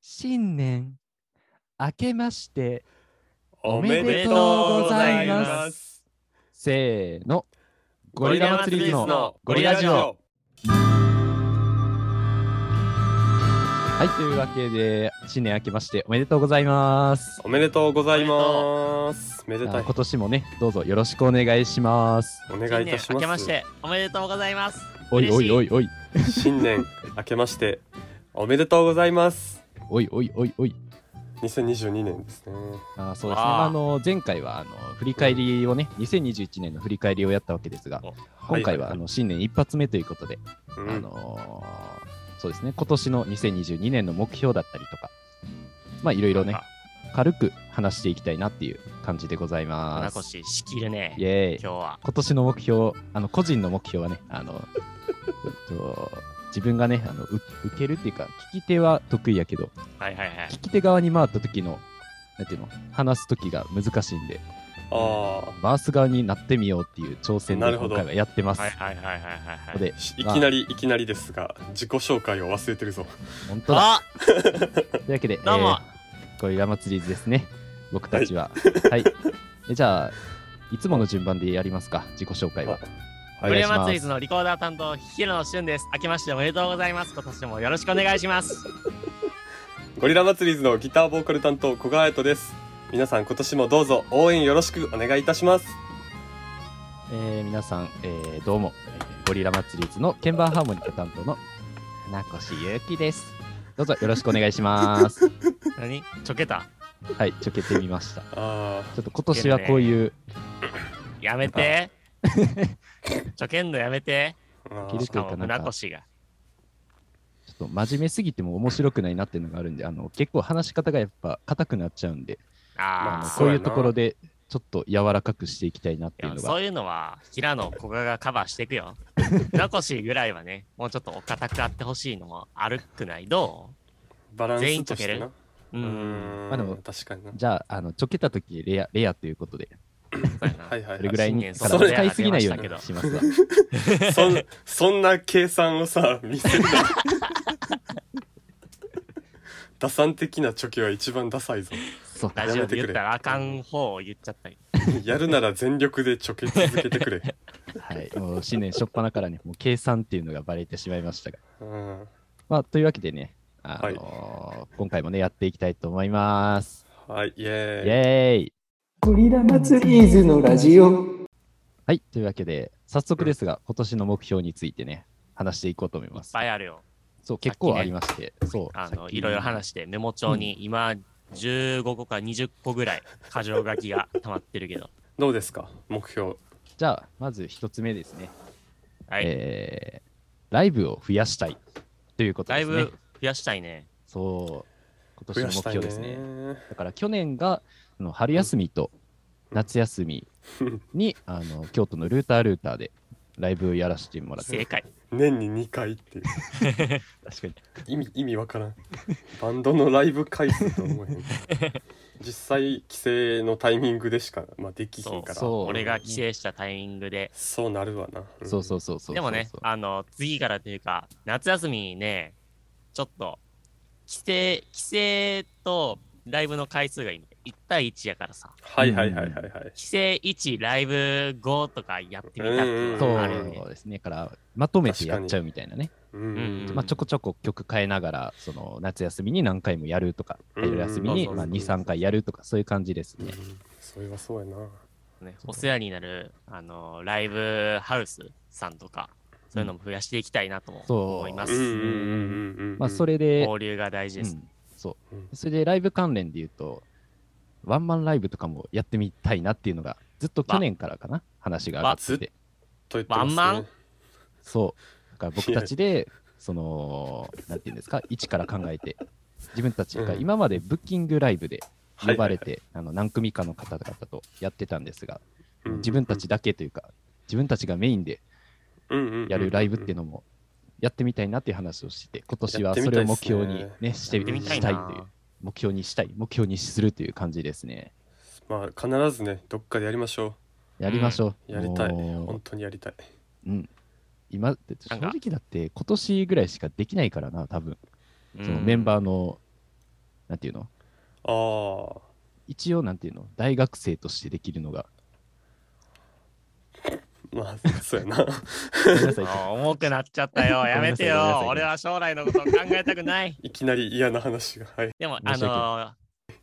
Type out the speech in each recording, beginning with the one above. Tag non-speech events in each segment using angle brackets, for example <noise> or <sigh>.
新年明けましてお。めでとうございますせーのゴリラ祭りのゴリラジオ。はいというわけで新年明けましておめでとうございますおめでとうございます。めでたあい。今年もねどうぞよろしくお願いしますお願いいたし新年明まけましす。ておめでとうございます。おいおいおいおい新年明けましておめでとうございます。おいおいおいおい2022年ですね。あーそうですねあーあの前回はあの振り返りをね2021年の振り返りをやったわけですが今回はあの新年一発目ということでうんあのーそうですね、今年の2022年の目標だったりとか、まあいろいろねなんか、軽く話していきたいなっていう感じでございま船す。越仕切るね。イエーイ今日は。今年の目標、あの <laughs> 個人の目標はね、あのえっと自分がねあの、う受けるっていうか、聞き手は得意やけど、はいはいはい。聞き手側に回った時の、なんていうの、話す時が難しいんで、あ回す側になってみようっていう挑戦なでるほ今ど回はやってます。はいはいはいはいはいはい。であ、しいきなりいきなりですが自己紹介を忘れてるぞ。本当だ。あというわけで、どうもえーゴリラ祭りですね、僕たちは。はい、えじゃあ、いつもの順番でやりますか、自己紹介は。お願ブいレしマまツイす。ズのリコーダー担当、ヒロのしゅんです。明けましておめでとうございます。今年もよろしくお願いします。ゴリラ祭りズのギターボーカル担当小川彩人です。皆さん今年もどうぞ応援よろしくお願いいたします。えー皆さん、えーどうも、えーゴリラ祭りズの鍵盤ハーモニカ担当の花越ゆうきです。どうぞよろしくお願いし <laughs> ます。何ちょけたはい、ちょけてみました。ちあょっと今年はこういう、やめて。 <laughs> ちょけんのやめて。ーあ切ーるしかもなん船か越が。ちょっと真面目すぎても面白くないなっていうのがあるんで、あの結構話し方がやっぱ硬くなっちゃうんで、まああのあ、そこううやいなうところでちょっと柔らかくしていきたいなっていうのがそういうのは、平野古賀がカバーしていく <laughs> よ。船越ぐらいはね、もうちょっとお堅くあってほしいのもあるくないどバランスとして全員なち。うう。うんーんまあでも確かにな。じゃあ、あのちょけたときレア、レアということで、そうやなはいはいそはれぐい。らい新に年体を使いすぎないようそにれでしますわ。そんそんな計算をさ見せるな <laughs> 打算的なチョキは一番ダサいぞ <laughs> そうラジオで言ったらあかん方を言っちゃったり。やるなら全力でチョキ続けて <laughs> くれ、はい、もう新年初っ端からね、もう計算っていうのがバレてしまいましたが。うん、まあ、というわけでね、あのー今回もね、やっていきたいと思います。はいイエイーイェーイゴリラ祭りーズのラジオ。はい、というわけで、早速ですが、今年の目標についてね、話していこうと思いいまっす。ぱいあるよ。そう、きね結構ありまして、そう、あさっの、きいろいろ話してメモ帳に今15個か20個ぐらい箇条書きが溜まってるけど。どうですか目標じゃあ、まず一つ目ですね。はい。えーライブを増やしたいということだでいすぶね。増やしたいね。そう、今年の増や目したい標でねすね。だから去年があの春休みと夏休みに、あの京都のルータールーターでライブをやらせてもらって正解。年に2回っていう確かに意味意味わからんバンドのライブ回数と思え <laughs> へん実際帰省のタイミングでしか、まあ、できひんからそう俺が帰省したタイミングで。そうなるわな、んそうそうそうそうでもね、あの、次からというか、夏休みにね、ちょっと、帰省、帰省とライブの回数が今、1対1やからさ。はいはいはいはいはい、帰省1、ライブ5とかやってみたっていうそのうがんあるよね。ですねだからまとめてやっちゃうみたいなね、うんうんまあ、ちょこちょこ曲変えながらその夏休みに何回もやるとかうん春休みにうんまあ23回やるとかそういう感じですうんね、それはそうやなね、お世話になる、あの、ライブハウスさんとか、そういうのも増やしていきたいなともそう思いまうんうんす。うんうんうんまあ、それで、交流が大事ですう。んそううんそれでライブ関連で言うとワンマンライブとかもやってみたいなっていうのがずっと去年からかな話が上がってわずてと言ってますねワンマンそう。だから僕たちで、その、なんていうんですか、一から考えて、自分たちがうん今までブッキングライブで呼ばれはいはいはいて、あの何組かの方々とやってたんですが、うん自分たちだけというか、自分たちがメインでやるライブっていうのも、やってみたいなっていう話をしてて、今年はそれを目標にやっね、してやってみみたたいいとないう、目標にしたい、目標にするという感じですね。まあ必ずねどっかでやりましょやりましょう。うやりたいもう本当にやりたいうん。今、正なんか直だって今年ぐらいしかできないからな、多分。そのメンーバーのなんていうのああ一応なんていうの大学生としてできるのがまあそう <laughs> やなごめんなさいあー重くなっちゃったよ。やごめてめんなさよい。ごめ俺んは将来のことを考えたくない。いきなり嫌な話がはいでも、あ申し訳のー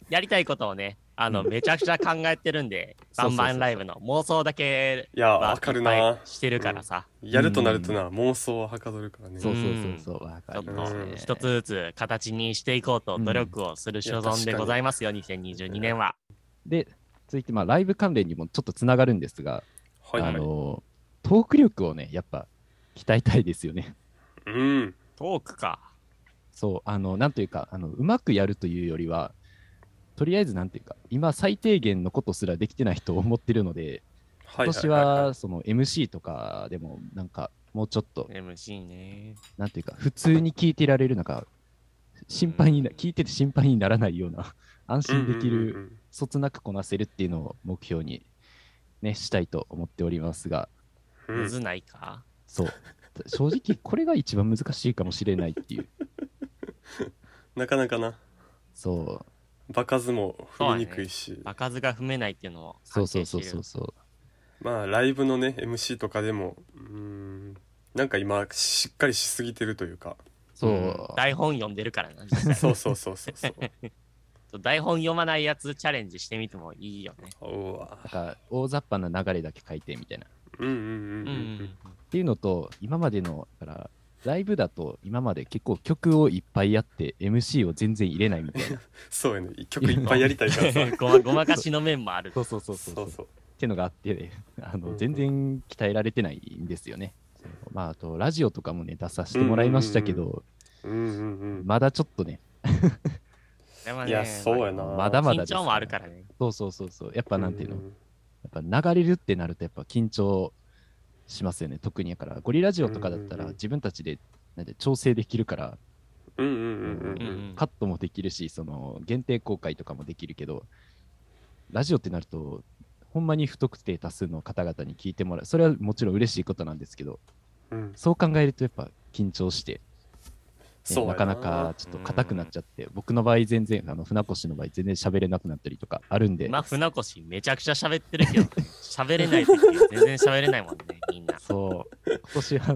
やりたいことをね、あの、めちゃくちゃ考えてるんで、 <laughs> そうそうそバうンバンライブの妄想だけいやはわかるいっなぱいしてるからさ、やるとなるとな妄想ははかどるからねそうそうそうそうわかちょっりますねと一つずつ形にしていこうと努力をする所存でございますよ、2022年は。で続いてまあライブ関連にもちょっとつながるんですが、はいはいあのトーク力をねやっぱ鍛えたいですよね <laughs> うんトークか。そうあのなんというかあのうまくやるというよりはとりあえずなんていうか今最低限のことすらできてない人を思ってるのでは今い年いいはその MC とかでもなんかもうちょっと MC ね。なんていうか、普通に聞いてられる、なんか、心配にな、うん聞いてて心配にならないような、安うんう心できんうんうる、んそつなくこなせるっていうのを目標に、ね、したいと思っておりますが、うんむずないかそう。正直、これが一番難しいかもしれないっていう。なかなかなそう。場数も踏みにくいし、場数が踏めないっていうのもそ関うそう係してそうる。そうそう。まあライブのね MC とかでもうーんなんか今しっかりしすぎてるというかそう。うん台本読んでるから <laughs> な。実際そうそうそうそうそう台本読まないやつチャレンジしてみてもいいよね。うわなんか、大雑把な流れだけ書いてみたいな。うんうんうんううんん。っていうのと、今までの、だから、ライブだと、今まで結構曲をいっぱいやって、MC を全然入れないみたいな。そうやね一曲いっぱいやりたいからさごまごまかしの面もある。 <laughs> そうそうそそううそうそうそう。そうってのがあって、 <laughs> あうんうのん全然鍛えられてないんですよね。まあ、あと、ラジオとかもね、出させてもらいましたけど、うんうんうんまだちょっとね、でもうんねいやそうやなまだまだ緊です、張もあるからね。そうそうそうそう、やっぱなんていうの、んやっぱ流れるってなると、やっぱ緊張しますよね、特にやから、ゴリラジオとかだったうんうんうら、ん自分たちでなんて調整できるから、うんうんうんうんううんうんんカットもできるし、その限定公開とかもできるけど、ラジオってなると、ほんまに不特定多数の方々に聞いてもらう、それはもちろん嬉しいことなんですけど、うんそう考えるとやっぱ緊張して、そうやなかなかちょっと硬くなっちゃって、僕の場合全然、あの船越の場合全然喋れなくなったりとかあるんで、まあ、船越めちゃくちゃ喋って <laughs> るけど、喋れない時全然喋れないもんね、みんな。そう、今年は、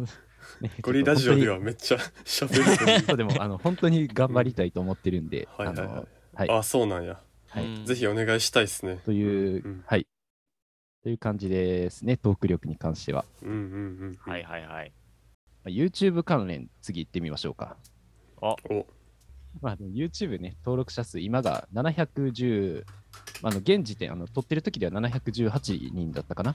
ね、 <laughs> ゴリラジオではめっちゃ <laughs> 喋るけどちょっと本当に、そうでもあの本当に頑張りたいと思ってるんで、はいあはいはいのはいあそうなんやはいうんぜひお願いしたいですねという、うんはい、という感じですね、トーク力に関しては。うんうんうんうんはいはいはい。まあ YouTube 関連、次行ってみましょうか。おまあ、でも YouTube ね、登録者数、今が710、あの現時点、あの撮ってる時では718人だったかな、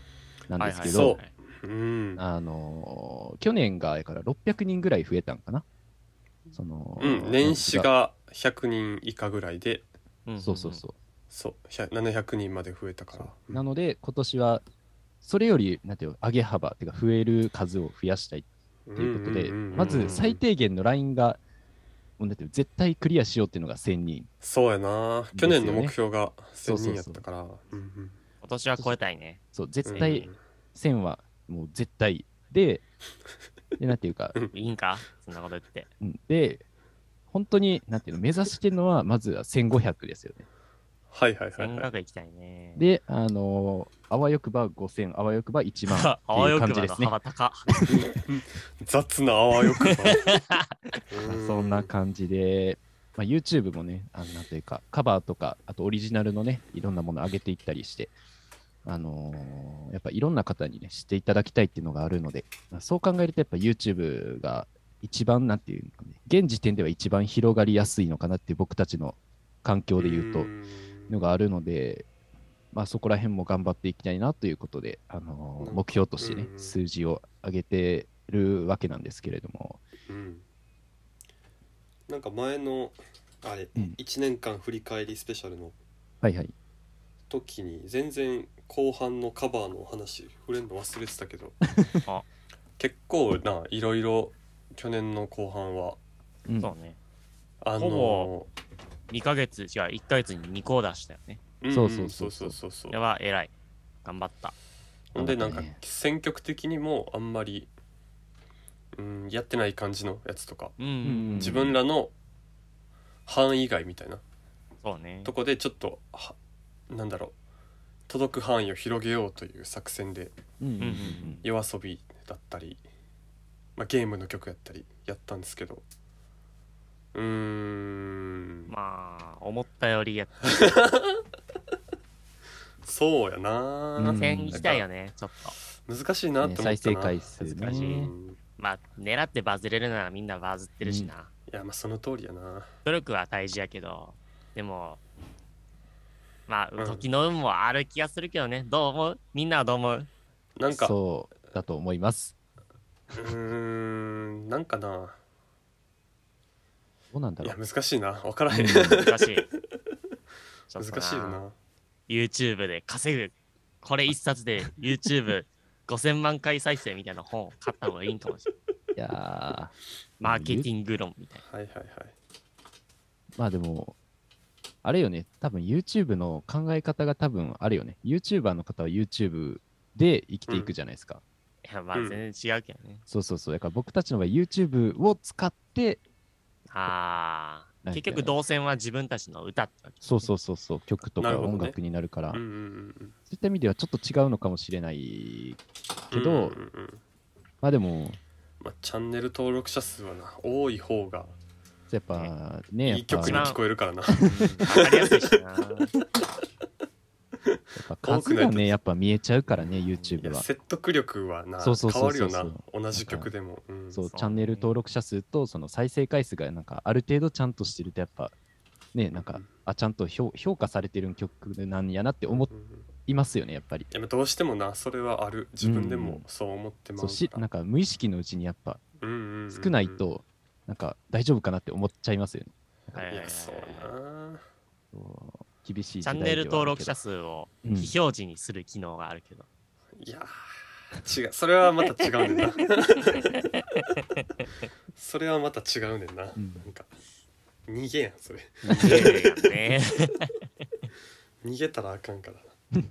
なんですけど、はいはいはいうんあのー去年が、やから600人ぐらい増えたんかな。その、うん年始。が100人以下ぐらいでうんそうそうそそう100 700人まで増えたからう。なので、今年は、それより、なんていうの上げ幅、てか増える数を増やしたいとということで、まず最低限のラインが、もうだって絶対クリアしようっていうのが1000人。そうやな去年の目標がすよ1000ね人やったからうん今年は超えたいね。そう、うん絶対1000は、もう絶対。で、で、なんていうか、いいんかそんなこと言って。うんで、本当に、なんていうの、目指してるのは、まずは1500ですよね。はいはいはいはい千学行きたいね。で、あのーあわよくば5000、あわよくば1万 <laughs> あってわいようく感じばでのすね。幅高。雑なあわよくばまあ <laughs> うそんな感じで、まあ、YouTube もね、あのなんというか、カバーとか、あとオリジナルのね、いろんなもの上げていったりして、あのーやっぱいろんな方にね、知っていただきたいっていうのがあるので、まあそう考えると、やっぱ YouTube が一番、なんていうのかね、現時点では一番広がりやすいのかなっていう、僕たちの環境で言うと、のがあるので、まあ、そこら辺も頑張っていきたいなということで、あのーうん目標としてね、うん数字を上げてるわけなんですけれども、うんなんか前のあれうん1年間振り返りスペシャルのはいはい、時に全然後半のカバーの話触れるの忘れてたけ <laughs> どあ結構ないろいろ去年の後半はうんそうね。あのほ2ヶ月、違う、1ヶ月に2個出したよね。んんそうそうそうそうそうそうこれは偉い。頑張った。ほんでなんかね選曲的にもあんまり、うん、やってない感じのやつとかううんん。自分らの範囲外みたいなそうねと。こでちょっとはなんだろう届く範囲を広げようという作戦でうんうんうんうん夜遊びだったり、まあ、ゲームの曲やったりやったんですけどうーん、まあ、思ったよりやっそうやな、うぱ、ん線行きたいよね、ちょっと。難しいなって思ったな、ね再生回数ね難しいうんまあ、狙ってバズれるならみんなバズってるしな。いやまあその通りやな努力は大事やけど、でも、まうあ、ん時の運もある気がするけどね。どう思うみんなはどう思うなんかうそうだと思います。ーんなんかなどうなんだいろやう。難しいな分からへん難しい。ちょっ <laughs> と難しいよな YouTube で稼ぐ。これ一冊で <laughs> YouTube5000 万回再生みたいな本を買った方がいいんかもし <laughs> れない。いや <laughs> マーケティング論みたいはいはいはいーまあでも、あれよね、多分 YouTube の考え方が多分あるよね。YouTuber の方は YouTube で生きていくじゃないですか。な。いや、まあうん全然違うけどね。そうそうそう。だから僕たちの場合 YouTube を使って、ああ。なんて結局、動線は自分たちの歌ってわけそうそうそうそう、曲となかるほどね音楽になるから、うんうんうんそういった意味ではちょっと違うのかもしれないけど、うんうんうんまあでも、まあ、チャンネル登録者数はな多い方がやっぱね、やっいい曲ぱにやっ聞こえるからなわかりやすい <laughs> しな。ぱ多数くないがとね、やっぱ見えちゃうからね、い YouTube やは。説得力はなそうそう変そわうるそような同じ曲でも、うん、そうそうねチャンネル登録者数とその再生回数がなんかある程度ちゃんとしてるとやっぱねなんうかんあちゃんと評評価されてる曲なんやなって思うんいますよねやっぱりいやまあどうしてもなそれはある自分でもそう思ってまそうすしなんか無意識のうちにやっぱ少少ないとなんか大丈夫かなって思っちゃいますよねはいはいいはやいそうなそう厳しい時チャ代ンではネル登録者数数をうん非表示にする機能があるけど。いやー違うそれはまた違うね <laughs> んなそれはまた違うねんな,、んなんか逃げやんそれいやいやね逃げたらあかんから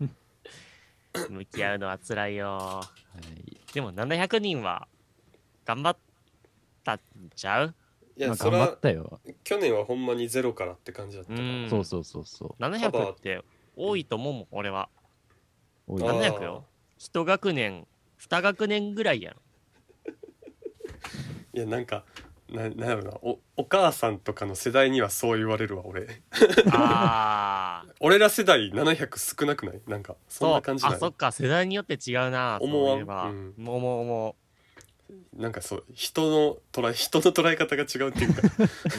な向き合うのは辛いよ。はいでも700人は頑張ったんちゃういや、まあそ頑れ張はったよ去年はほんまにゼロからって感じだったうから、ん。そうそうそうそうカバー700って多いと思うもん、俺は。多いあー700よ。一学年、二学年ぐらいやろ。いやなんかななんやろなおお母さんとかの世代にはそう言われるわ俺ああ。俺ら世代700少なくないなんかそんそうな感じなあ、いそっか、世代によって違うな。思わんそういえばうんもうもうもなんかそう人の捉え人の捉え方が違うってい <laughs> うか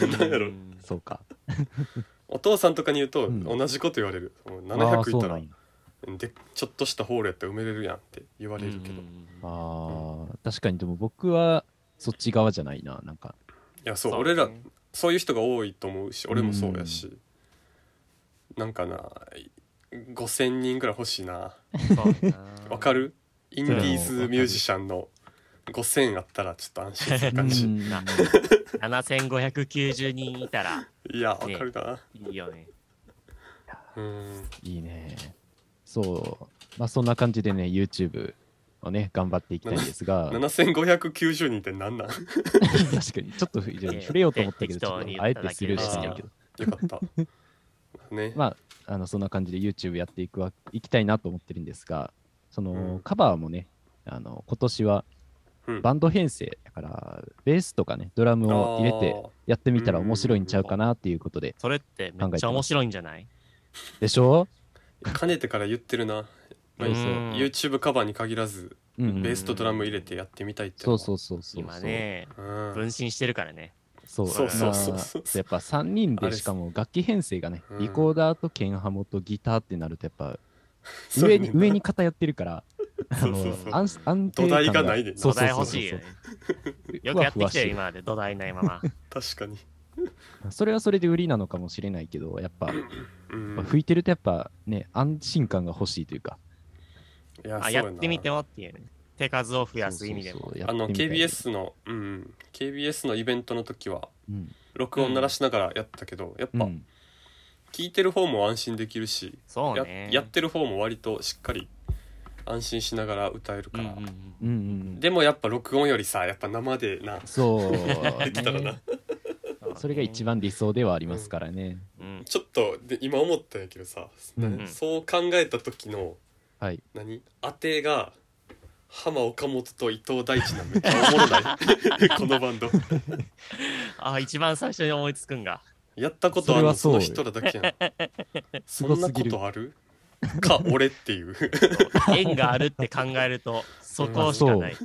う。なんやろうんそうかお父さんとかに言うとうん同じこと言われる、もうあー700いそたうならんやでちょっとしたホールやったら埋めれるやんって言われるけど、ういんあー確かにでも僕はそっち側じゃないななんかやそうそう俺らねそういう人が多いと思うし俺もそうやし、なんかな5,000人ぐらい欲しいなそうだなわかるインディーズミュージシャンの5,000あったらちょっと安心する <laughs> 感うじんな ?7590 人いたらいやわかるな、いいよね。うんいいね。そう。まあそんな感じでね、YouTube をね、頑張っていきたいんですが、 <laughs> 確7590人って何なんかにちょっと非常に触れようと思ったけど、ええちょっ適当にとあえてスルーしてたけど、よ <laughs> かったね、まあ、あのそんな感じで YouTube やっていくわいきたいなと思ってるんですが、その、うんカバーもね、あの今年はうんバンド編成だから、ベースとかね、ドラムを入れてあーやってみたら面白いんちゃうかなっていうことで、それってめっちゃ面白いんじゃないでしょかねてから言ってるな、まあうん YouTube カバーに限らずうベんースとドラム入れてやってみたいってそうそううそうそう。今ね、うん分身してるからね。そうそうそうそうまあそうやっぱ3人あれでしかも楽器編成がね、うんリコーダーとケンハモとギターってなるとやっぱそう上やにね上に偏ってるから、あ <laughs> そうそうそうの安安定土台感がないでそう土そう台そう欲そうしいよね。よくやってきてる今まで土台ない <laughs> まま。確かに、それはそれで売りなのかもしれないけど、やっぱ、うんまあ吹いてるとやっぱね、安心感が欲しいというか。いやあそうややっなてみてもっていうね。手数を増やす意味でそも。うそうそうあの、やって KBS のうん KBS のイベントの時はみたい録音鳴らしながらやったけど、やっうん。うぱん聞いてる方も安心できるし、そうやね。やってる方も割としっかり安心しながら歌えるうかんうら、んうんうん。でもやっぱ録音よりさやっぱ生でなそう、できたらな <laughs> ねそれが一番理想ではありますからね。うん。うんうん。ちょっとで今思ったんやけどさ、うんそう考えた時のはい。何当てが浜岡本と伊藤大地なんめっちゃおもろない <laughs> このバンドあ、一番最初に思いつくんが。やったことあるのそそれのはそうよ人らだけやんすそごんなすぎこるとあるか俺っていう縁があるって考え <laughs> ると、そこしかない。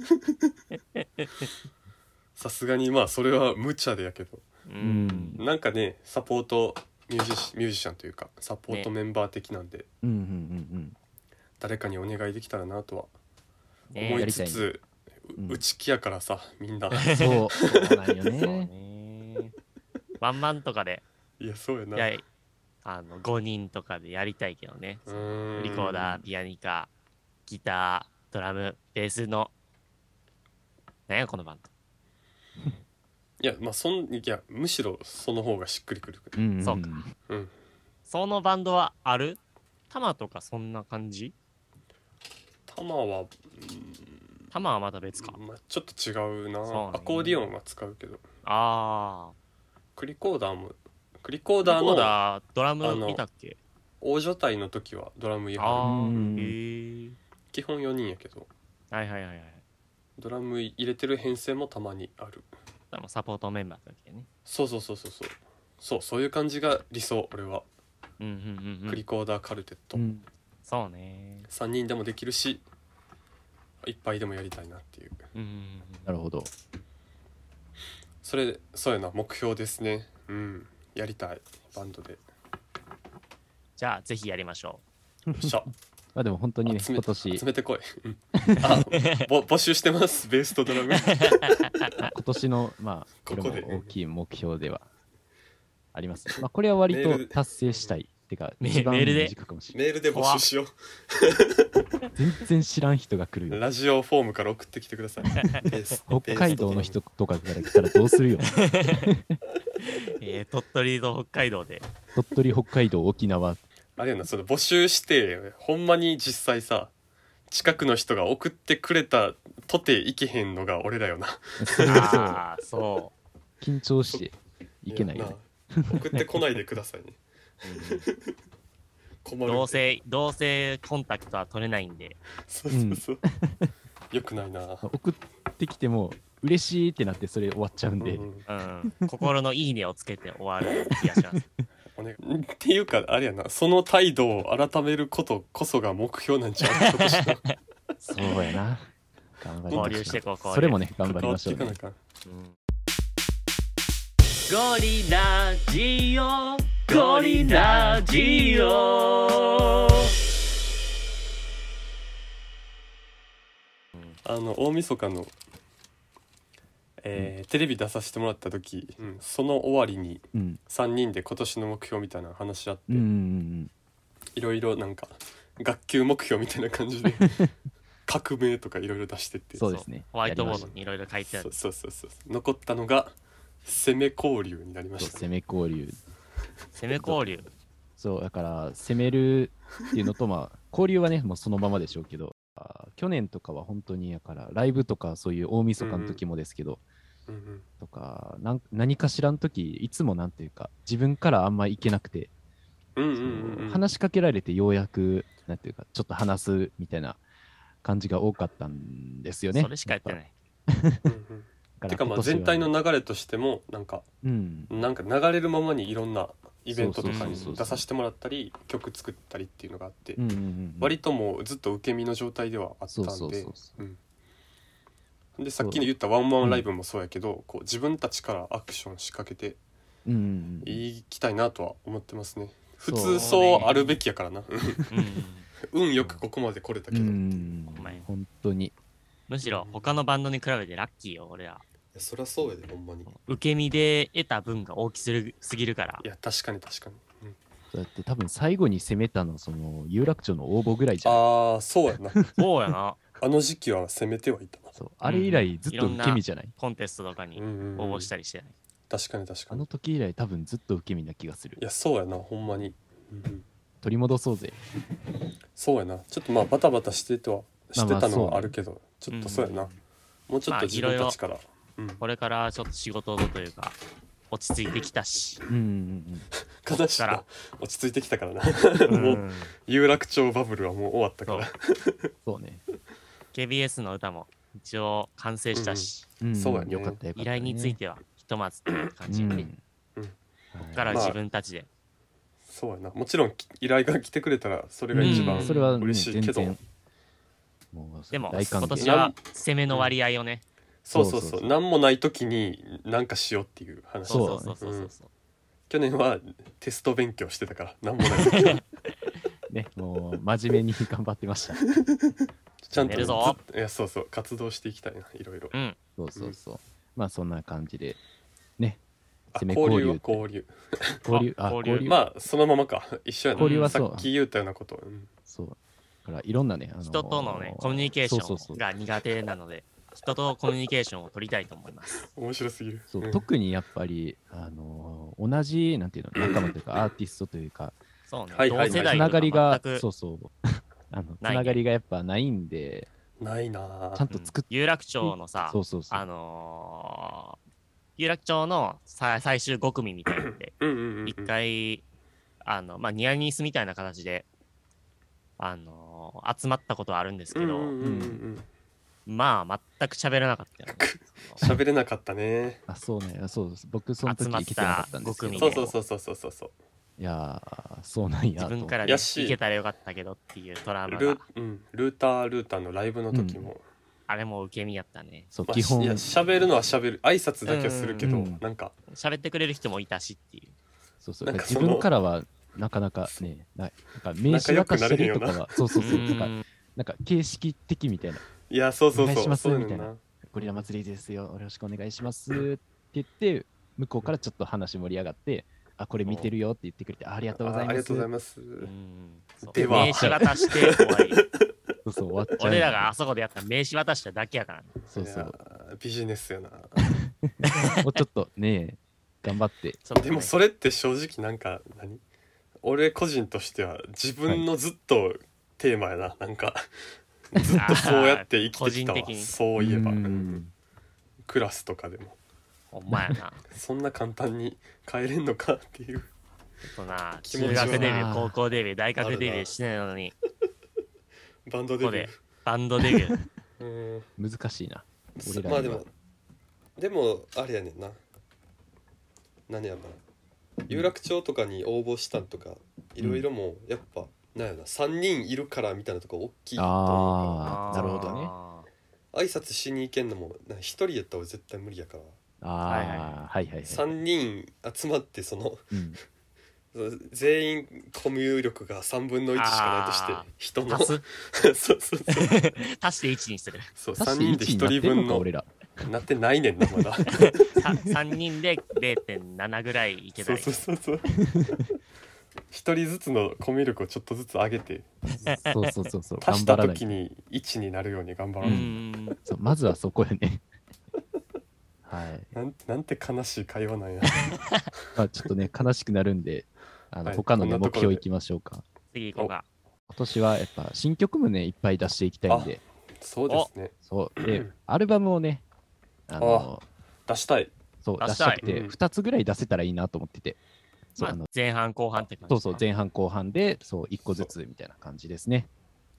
さすがにまあそれは無茶でやけどう。うんなんかねサポートミュージシミュージシャンというかサポートメンバー的なんで、うんうん誰かにお願いできたらなとはね思いつやりたいつ、ううん内気やからさみんなうんうん。そう、そうなんよそうね。ね。ワンマンとかで、いやそうやないや、あの、5人とかでやりたいけどね。うーんリコーダー、ピアニカ、ギター、ドラム、ベースの、なんやこのバンド。いやまあそんいやむしろその方がしっくりくるうんんん <laughs> そうかうんそのバンドはあるタマとかそんな感じ玉はタマはまた別か。まあ、ちょっと違うなそうねアコーディオンは使うけどああ。クリコーダーもクリコーリダーコーのダー、ドラあムの見たっけ大所帯の時はドラム入れあはあうんー、へえ。る基本4人やけどはいはいはいはい。ドラム入れてる編成もたまにあるでもサポートメンバーだけね。そうそうそうそうそうそうそういう感じが理想俺は、うんうんうんうクリん。コーダーカルテット、うんそうね。 3人でもできるしいっぱいでもやりたいなっていううんうんうんなるほど。それそうやな目標ですねうんやりたいバンドでよじゃあ、ぜひやりましょっしゃまあでも本当にね、集め今年集、め <laughs> てこい、うん、あぼ募集してますベースと <laughs> ドラム今年の、まあ、ここれこでも大きい目標ではあります。まあ、これは割メールでと達成したい。ってか、メ一番メールで短くかもしれない。メールで募集しよう全然知らん人が来るよ。ラジオフォームから送ってきてください。北海道の人とかから来たらどうするよ。 <laughs> う。えー、鳥取と北海道で。鳥取、北海道、沖縄。あれやな、その募集して、ほんまに実際さ、近くの人が送ってくれたとて行けへんのが俺らよな。それはそうああ、そ緊張していけないよね。なあ送ってこないでくださいね。困う。る。同性、同性コンタクトは取れないんで。そうそうそう。よくないな。送ってきても嬉しいってなってそれ終わっちゃうんで、うんうん。心のいいねをつけて終わる気がします。お願いっていうかあれやなその態度を改めることこそが目標なん <laughs> ちゃう今年のそうやな頑張りましょう交流してこう交流それもね頑張り関わまっしょていうかねなあかんゴリラジオゴリラジオあの大晦日の、えーテレビ出させてもらった時、その終わりにうん3人で今年の目標みたいなの話し合って、うんうんうんいろいろなんか学級目標みたいな感じで革命とかいろいろ出してってそうですねホワイトボやーりドましにいろいろ書いてあそるうそうそうそう残ったのが攻め交流になりまたそうしたね攻め交流攻め交流そうだから攻めるっていうのとまあ交流はねもうそのままでしょうけどあー去年とかは本当にやからライブとかそういう大晦日の時もですけど、うんうんとかなん何かしらの時いつもなんていうか自分からあんま行けなくてうんうんうんうん話しかけられてようやくなんていうかちょっと話すみたいな感じが多かったんですよね。。それしかやってないいうんうんてかまあ全体の流れとしてもなんかうんなんか流れるままにいろんなイベントとかそうそうにそうそう出させてもらったり曲作ったりっていうのがあってうんうんうん割ともうずっと受け身の状態ではあったそんうでそうそうそでさっきの言ったワンマンライブもそうやけど、こう自分たちからアクション仕掛けてう。うんうんうんいきたいなとは思ってますね普そう通そうあるべきやからなうん運よくここまで来れたうけど、いんお前本当にむしろ他のバンドに比べてラッキーよ俺らやそりゃそうやでほんまにい受け身で得た分が大きするすぎるからや確かに確かに、うんだって多分最後に攻めたのその有楽町の応募ぐらいじゃんああそうやなそうやなあの時期は攻めてはいたなそうあれ以来ずっと受け身じゃない、コンテストとかにうんうんうん応募したりしてない確かに確かあにの時以来多分ずっと受け身な気がするいやそうやなほんまに、うんうん取り戻そうぜそうやなちょっとまあバタバタしてとはましあてまあたのそうはねあるけど、ちょっとそうやな、うんもうちょっまあと自分たちから、うんこれからちょっと仕事というか落ち着いてきたしうんうん悲しいからな落ち着いてきたからな、 <laughs> うもうん有楽町バブルはもう終わったかそうら。そうね。 KBS の歌も一応完成したし、んそうやねよかったよかった、依頼につい。てはひとまずっていう感うじで、ん。うんはいからまあ自分たちで、そうやなもちろんき依頼が来てくれたらそれが一番うんそれはね嬉しいけど、全然もうでも大歓今年迎。は攻めの割合をね、そうそうそうそうそうそう何もない時に何かしようっていう話そそううだそねうそうそうそうそう、去年はテスト勉強してたから <laughs> 何もない時にね、もう真面目に頑張ってま <laughs> した。ちゃん寝とるぞずっといやそうそう活動していきたいないろいろうんそうそうそう。まあそんな感じで、ね、あ攻め交流は交交流交流、ああ、交流交流、まあそのままか一緒やな交流はさそうっき言ったようなこと、うんそう。だからいろんなね、あのー人とのねコミュニケーシそうそョうンそうが苦手なので人とコミュニケーションを取りたいと思います面白すぎるそう、ん特にやっぱり、あのー同じ、なんていうの、仲間というか、アーティストというか、そうね、はいはいはい同世つ代なとがかりが全、くそうそう。 <laughs> あのつないねながりがやっぱないんで、ないなちゃんあと作っうん有楽町のさそうそうそう。あのー有楽町のさ最終5組みたいなんでうんうんうんうん一回あのまあニアニースみたいな形であのー集まったことはあるんですけうんうど、んうんうんまあ全く喋らなかった <laughs> よね喋れなかったねあ、そうね、あそうです。僕、その時集まった行けてなかったんですけ五組どそでう、そうそうそうそうそうそういやー、そうなんやと。自分からやでっしいけたらよかったけどっていうトラウマルがー,、うん、ルータールーターのライブの時も、あれも受け身やったねそう、まあ、基本、いや喋るのは喋る挨拶だけはするけど、うんなんか喋ってくれる人もいたしっていうそうそうなんか自その分からはなかなかね、ない。なんか名刺渡したりとか仲良くなれへんは、そうそうそう、うなんかんなんか形式的みたいな、いやそうそうお願いしそうますそうみたいなゴリラ祭りですよ、よろしくお願いしますって言って、向こうからちょっと話盛り上がって、あ、これ見てるよって言ってくれて、あありがとうございああまりがす。とうございますうんそうでは名刺渡して終わり <laughs> そうそう、終わっちゃう。俺らがあそこでやった名刺渡しただけやからねそうそいうや。ビジネスやなもうちょっとね、頑張って。ちょっと <laughs> ねでもそれって正直なんか何俺個人としては自分のずっとテーマやな、なんかずっとそうやって生きてきたあーわ個人的にそういえば、ううんんクラスとかでもほんまやな。ちょそんな簡単に変えれんのかっていうっとな、気持中ちは学デビュあー、ー高校デビュー、大学デビあるューなしてないのに、バンドこでこでバンドデビ <laughs> ュー。うん難しいな。俺らにはまあでもでもあれやねんな何やろな有楽町とかに応募したんとかいろいろもうやっぱなんやろな3人いるからみたいなとこ大きいと思うかあーなるほどねら挨拶しに行けんのもな1人やったら俺絶対無理やからああ、はいはいはい。 3人集まってそのうん全員コミュ力が3分の1しかないとして人の足そう <laughs> すそうそう足して1にする。 <laughs> そう確か3に人で1 1人分の俺ら。なってないねんなまだ3人で0.7ぐらいいけたそうらいいそう。そうそう <laughs> 一人ずつのコミュ力をちょっとずつ上げてそうそうそうそう。足頑した張らない時。に1になるように頑張うろう、ん。そうまずはそこよね。 <laughs> はい。なんなんて悲しい会話なんやまあちょっとね、悲しくなるんで、あの、はい他のね、こん目なところ標でいきましょうか。次行こうか。今年はやっぱ新曲もね、いっぱい出していきたいんで、そうですねそう。で、アルバムをね、あの、出したいそう、出出ししたたいくて、うん2つぐらい出せたらいいなと思ってて、そう、まああの、前半、後半って感じ。そうそう、前半後半で、そう、1個ずつみたいな感じですね。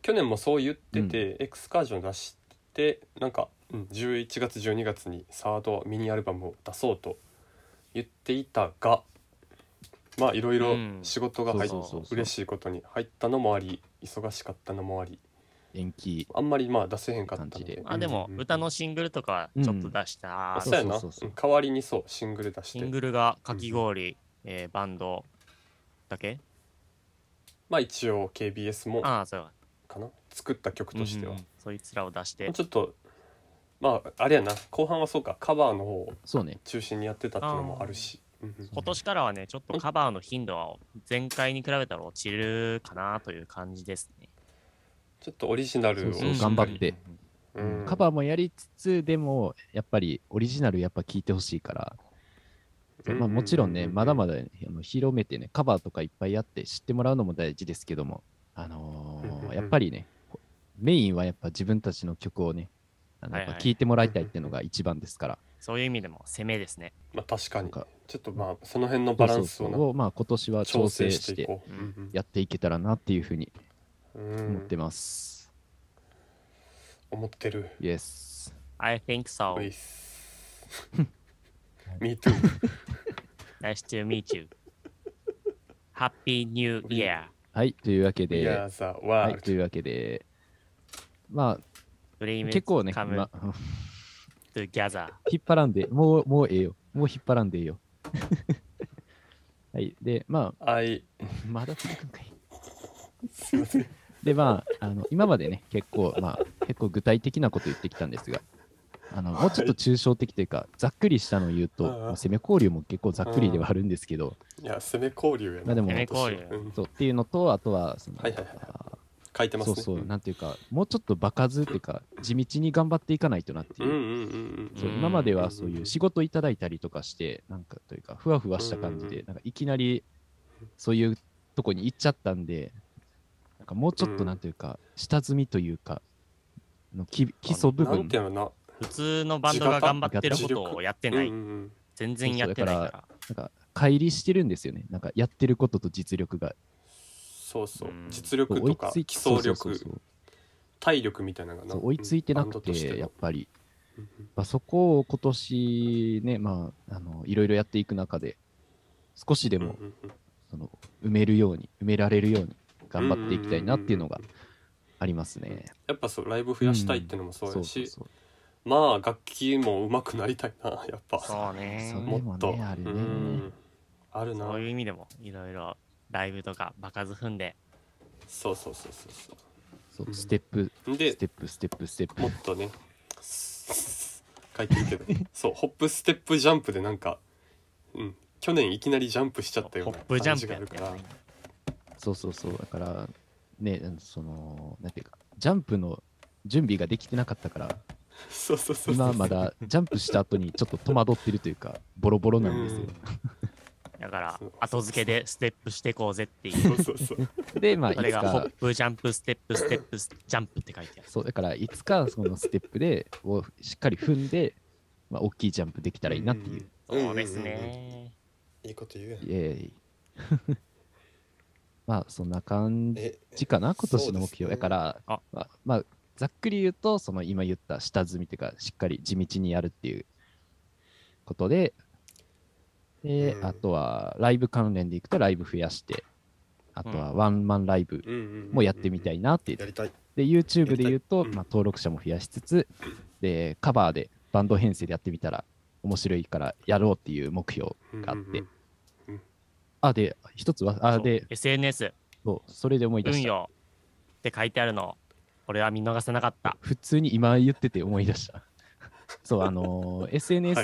去年もそう言ってて、エクスカージョン出してなんか、うん、11月12月にサードミニアルバムを出そうと言っていたがまあいろいろうん仕事が入っそうそうそうそう嬉しいことに入ったのもあり忙しかったのもあり延期。あんまりまあ出せへんかったの感じででまあでも、歌のシングルとかはちょっと出しあた。そうやなそうそうそうそううん代わりにそうシングル出してシングルがかき氷、えーバンドだけまあ一応 KBS もああ、そうか。かな作った曲としては、うんうんそいつらを出して。ちょっとまああれやな後半はそうかカバーの方をそうね。中心にやってたっていうのもあるしうんうん今年からはね、ちょっとカバーの頻度は前回に比べたら落ちるかなという感じですね。ちょっとオリジナルそをうそう、う頑ん張って。うんカバーもやりつつ、でも、やっぱりオリジナルやっぱ聴いてほしいから、うんまあ、もちろんね、うんまだまだねあの広めてね、カバーとかいっぱいやって知ってもらうのも大事ですけども、あのーうんうんうんやっぱりね、メインはやっぱ自分たちの曲をね、あのはいやはっいぱ聞いてもらいたいっていうのが一番ですから、そういう意味でも攻めですね。まあ確かなんにかちょっとまあその辺のバランスそうをそうなそうをまあ今年は調調整整ししていてこう、やっていけたらなっていうふうにうんうん思ってます。思ってるイエス。 I think so. ういっす Me too Nice to meet you. Happy New Year. はい、というわけ We で are、the は world い、というわけで、まあ Dream 結構ね、今 come together. <laughs> 引っ張らんで、もう、もうええよ。もう引っ張らんでええよ。はい。で、ま I あ、まだ続くんかい。すいませんで、まあ、あの今までね、結構、まあ、結構具体的なこと言ってきたんですが、あのもうちょっと抽象的というか、ざっくりしたのを言うと、ああまあ攻め交流も結構ざっくりではあるんですけど、いや攻め交流やなまあでも攻め交流うんそうっていうのと、あとは、その、はいはいはい書いてますそねうそう、なんていうか、もうちょっと場数っていうか、地道に頑張っていかないとなってういんうう。んうんうんそううん今まではそういう仕事いただいたりとかして、なんかというか、ふわふわした感じうんでう、なんかいきなりそういうとこに行っちゃったんで、なんかもうちょっとうんなんというか、下積みというか、の基基礎部なん分て、いうのな普通のバンドが頑張ってることをやってなういん。うん全然やってないそうそうだかなんか、乖離してるんですよね。なんか、やってることと実力が。そうそううん実力とか基礎そうそうそ力う体力みたいなのがなそう追いついてなバンドくとしてのて、やっぱり、うんうんまあ、そこを今年ね、まあ、あのいろいろやっていく中で、少しでもうんうんうんその埋めるように埋められるように頑張っていきたいなっていうのがありますね。やっぱそうライブ増やしたいってのもそうそやうそうしそう。まあ楽器も上手くなりたいなやっぱら。そうね。そうもっとでもねあるねうんあるなそういう意味でもいろいろライブとか場数踏んで、そうそうそうそうそそううんステップ、うスでテップ、ステップ、ステップも。っとね書いてるけどそうホップステップジャンプでなんかうん去年いきなりジャンプしちゃったよホうップなジャ感ンじプがやあっるてかるらそうそうそう。だから、ね、あのその、なんていうか、ジャンプの準備ができてなかったから、そうそうそうそう今まだジャンプした後にちょっと戸惑ってるというか、ボロボロなんですよ。だからそう後付けでステップしてこうぜっていうそうそうそうで、まあ、いそれつがホかッ、プジャンプステップステップスジャンプって書いてあるそう、だから、いつかそのステップで、をしっかり踏んで、まあ、大きいジャンプできたらいいなっていう。そうでうすんうんうんねいいこと言うやんイエーイ。 <laughs> まあ、そんな感えじかな、今年の目そうですね標。だから、あまあ、まあざっくり言うと、その今言った下積みというか、しっかり地道にやるっていうことで、で、うんあとはライブ関連でいくと、ライブ増やして、あとはワンマンライブうんうんうんうんもやってみたいなっていうやりたいで、YouTube で言うと、やりたいうんまあ、登録者も増やしつつ、で、カバーでバンド編成でやってみたら面白いからやろうっていう目標があって、うんうんうんあ、で、一つは、あ、そうで、 SNS そう、それで思い出運した。用って書いてあるの俺は見逃さなかった普通に今言ってて思い出した。 <laughs> そう、あのー SNS、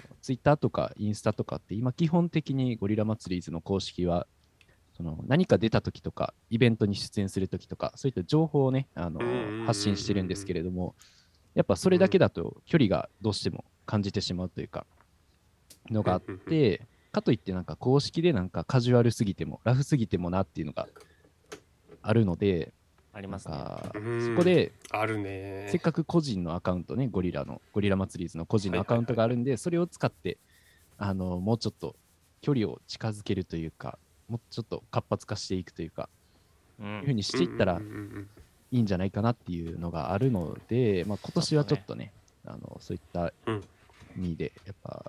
は Twitter とかインスタとかって、今基本的にゴリラ祭りーズの公式は、その何か出た時とか、イベントに出演する時とか、そういった情報をね、あのーうんうんうんうん発信してるんですけれども、やっぱそれだけだと距離がどうしても感じてしまうというか、のがあっうんうんて、かといってなんか公式でなんかカジュアルすぎても、ラフすぎてもなっていうのがあるので、ありなまんすねかうんそこであるねせっかく個人のアカウントね、ゴリラの、ゴリラ祭りーズの個人のアカウントがあるんで、それを使って、あの、もうちょっと距離を近づけるというか、もうちょっと活発化していくというか、ういうふうんにしていったらうんうんうんいいんじゃないかなっていうのがあるので、まあ、今年はちょっとね、あのそういったうん意味で、やっぱ、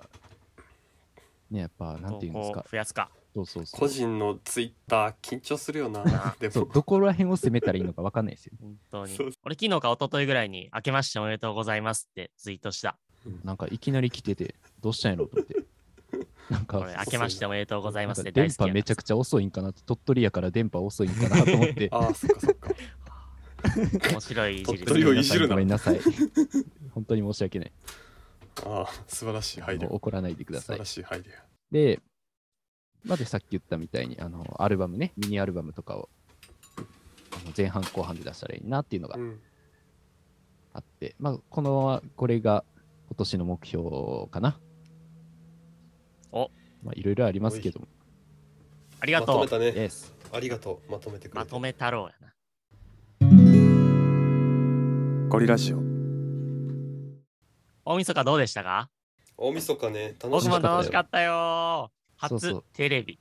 ね、やっぱ、なんていうんです投稿か、増やすかそうそうそう個人のツイッター緊張する <laughs> よなでそうも、どこら辺を攻めたらいいのか分かんないですよね。本当にそう、俺昨日か一昨日ぐらいに明けましておめでとうございますってツイートしたなんかいきなり来てて、どうしたんやろうと思って。なんか、俺明けましておめでとうございますって電大好き波やなめちゃくちゃ遅いんかなって、鳥取やから電波遅いんかなと思って <laughs> ああそっかそっか面白いいじり鳥取をいじるなごめんなさい。本当に申し訳ない。ああ素晴らしい配もう慮怒らないでくだ素さ晴いら。しい配慮で、まあでさっき言ったみたいに、あの、アルバムね、ミニアルバムとかを、あの前半後半で出したらいいなっていうのがうんあって、まあ、この、これが今年の目標かな。おまあ、いろいろありますけども。ありがまととめうたね Yes ありがとうまとめてくれてまとめ太郎やなゴリラジオ大晦日どうでしたか大晦日ね楽僕しもかった楽しかったよー。そうそう初テレビ。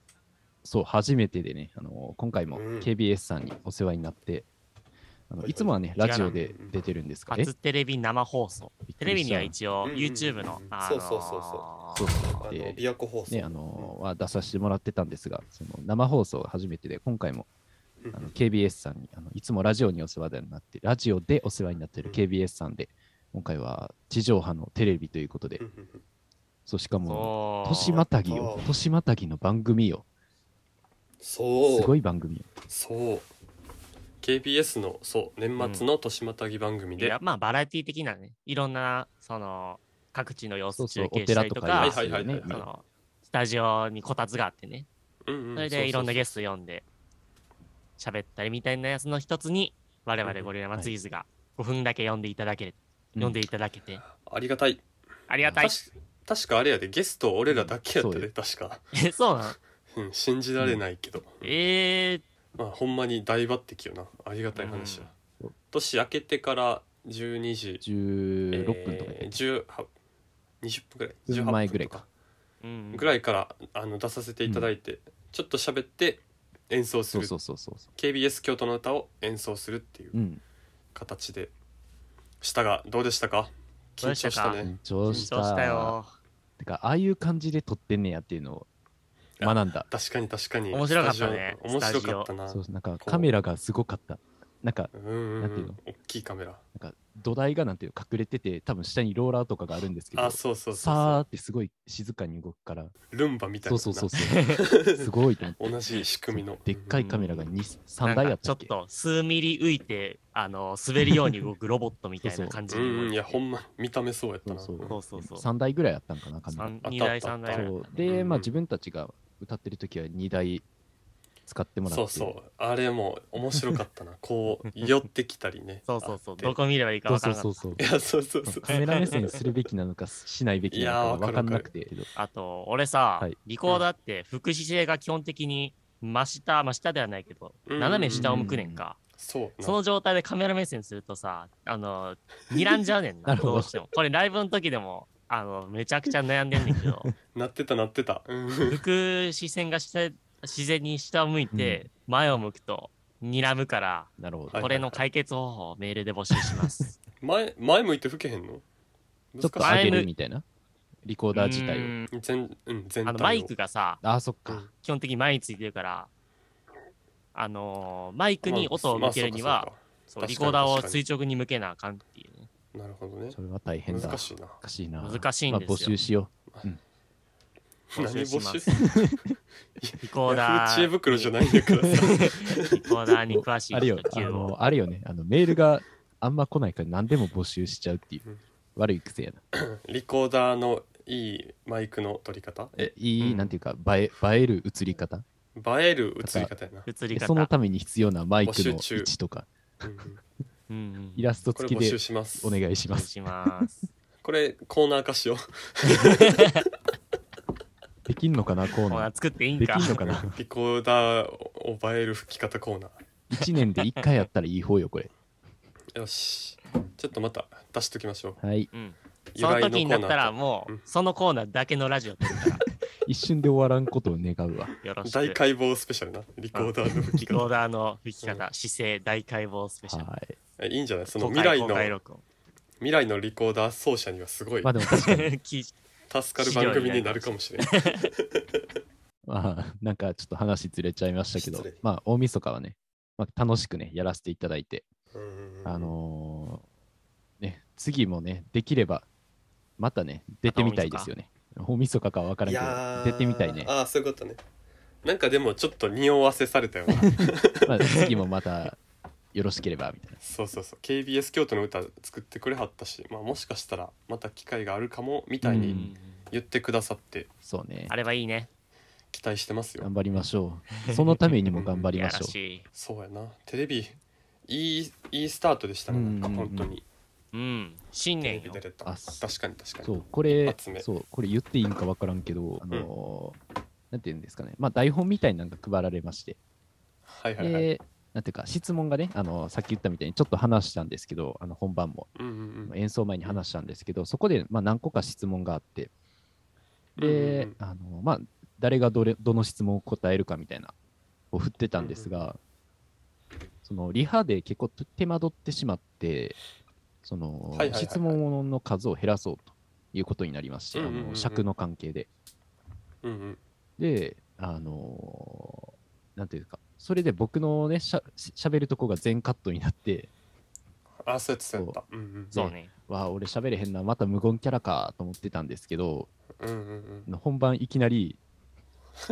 そう、初めてでね、あの今回もうん KBS さんにお世話になって、あはいのはいいつもはね、ラジオで出てるんですかね。初テレビ生放送。びっくテレビりしにたは一応うんうん YouTube の。あそのうーそうそうそそうそうあので琵琶湖放送、ね、あのは出させてもらってたんですが、その生放送が初めてで、今回もうんあの KBS さんにあの、いつもラジオにお世話になって、ラジオでお世話になってる KBS さんで、今回は地上波のテレビということでう、んうんそうしかも、そう年またぎやっをた、年またぎの番組よ、そうすごい番組よ。そう KBS のそう年末の年またぎ番組いで、やまあバラエティ的なね、いろんなその各地の様そ子うそう中、お継した寺りととかか、いいろいろね、はい見はいそるのスタジオにこたつがあってね、うんうんそれでいろんなゲススト呼んで喋ったりみたいなやつの一つに、我々ゴリラマツイズが5分だけ呼んでいただける、うん呼んでいただけて、トありがたいありがたい確。確かあれやでゲスト俺らだけやったそうでよ確か、え、そうなのうん、信じられないけど、えー、まあほんまに大抜擢よなありがたい話や、うん年明けてから12時16分とかやったえー、18 20分ぐらい10 18分前ぐらいかうん、ぐらいからあの出させていただいて、ちょっと喋って演奏すそうるそうそうそうそ。KBS 京都の歌を演奏するっていうううん。形でしたがどうでしたか緊どうでし張たしかたね緊張緊した。張したよ。てか、ああいう感じで撮ってんねやっていうのを学んだ。確かに確かに面白かったねスタジオ面白かったなそうう、なんかカメラがすごかった。なんか、んうん、うなんていうんの、大きいカメラなんか土台がなんていうの隠れてて、多分下にローラーとかがあるんですけど、あそうそうそうさそーってすごい静かに動くから、うルンバみたいそうなそうそう <laughs> そう、すごいと思って。同じ仕組みのでっかいカメラがに3台あなっんかちたょっっけと数ミリ浮いて、あの、滑るように動くロボットみたいな感じうにん動ういんていやほんま見た目 <laughs> そうやったなそうそうそうそうそう。 3台ぐらいあったんかな、カメラ。三た二台、三あった台。そううんうで、んまあ自分たちが歌ってる時は2台使ってもらってそうそうあれも面白かったなこう寄ってきたりね <laughs> そうそうそう。あどってこ見ればいいかそう分かそうらなそかうそういっやそうそうそうカメラ目線するべきなのかしないべきなのか分かんなくてた。あと、俺さはい、リコーダーって、副姿勢が基本的に真下、真下ではないけど、うん斜め下を向くねんか。そうその状態でカメラ目線するとさ、あの、睨んじゃうね <laughs> んなな、るほどどうしても。これライブの時でも、あの、めちゃくちゃ悩んでんねんけど、なってたなってたうん服視線が下自然に下を向いて前を向くと睨むから、なるほはどいこれの解決方法をメールで募集します。 <laughs> 前前向いて吹けへんのちょっと難し上げるみたいなリコーダー自体うをんい全うん全体あをのマイクがさ、あそっうかん基本的に前についてるから、あのーマイクに音をまあ向けるにそはうか、そうかリコーダーを確かに垂直に向けなあかんっていうね。そうかなるほどねそれは大変だ難しいな難しいな難しいんですまよあ募集しよ何募集し募ます集するリコ <laughs> ーダー知恵に。袋じゃないんだからさリコーダーに詳しうあいるよ人あ急を。のあるよねあのメールがあんま来ないから何でも募集しちゃうっていううん悪い癖やな <laughs> リコーダーのいいマイクの取り方映いい、うんなんていうか映え映える映り方える映り方やな、映りその方。ために必要なマイクの募集中位置とかうんうんうんうんイラストこれ付き募で集しますお願いしおま願いすします。これコーナー化しよできんのかなコーコーナナー作っていいーんできか。んのかうな <laughs> リコーダーを映える吹き方コーナ1年で1回やったらいい方よこれーよしちょっとまた出しときましょうはいうん由その来の時になったコーナーらもううんそのコーナーだけのラジオ撮るから一瞬で終わらんことを願うわよろしく。大解剖スペシャルなリコーダーの吹リきコ方ーダーの吹き方、姿勢、大解剖スペシャル。はい <laughs> えいいんじゃないその公未開来公開の録音未来のリコーダー奏者にはすごいまあでも確か <laughs> にき助かる番組になるかもしれないまあ、なんかちょっと話ずれちゃいましたけど失礼、まあ、大晦日はね、まあ、楽しくね、やらせていただいて、あうんのーね、次もね、できれば、またね、出てみたいですよね。大晦日かは分からいやんーけど、出てみたいね。ああそういうことねなんかでもちょっと匂わせされたよなまあ、次もまた、よろしければ、みたいな。そうそうそう KBS 京都の歌作ってくれはったし、まあ、もしかしたらまた機会があるかもみたいううにん言ってくださってそうねあ、ればいいね。期待してますよ、頑張りましょう。そのためにも頑張いりやまらしょしい。そうやなテレビいいいいスタートでしたねなんかうんうんうん本当にうん。新テレ年ビよ出。れたあ確かに確う。かにそう、これ集め、そう、これ言っていいんか分からんけど、あのーなんていうんですかね、まあ、台本みたいなのが配られまして、はいはいはい、で、なんていうか、質問がね、あの、さっき言ったみたいにちょっと話したんですけど、あの、本番も、うんうんうん演奏前に話したんですけど、そこで、まあ、何個か質問があって、うんうでん、あの、まあ、誰がどれ、どの質問を答えるかみたいな、を振ってたんですが、その、リハで結構手間取ってしまって、そのはいはいはいは、い質問の数を減らそうということになりまして、あうんうんうの、ん尺の関係で。うんうんで、あのーなんていうか、それで僕のね、しゃし喋るとこが全カットになって、あそうやってそうやったうんうんそうね。わあ、俺喋れへんな、また無言キャラかと思ってたんですけど、うんうん本番いきなり、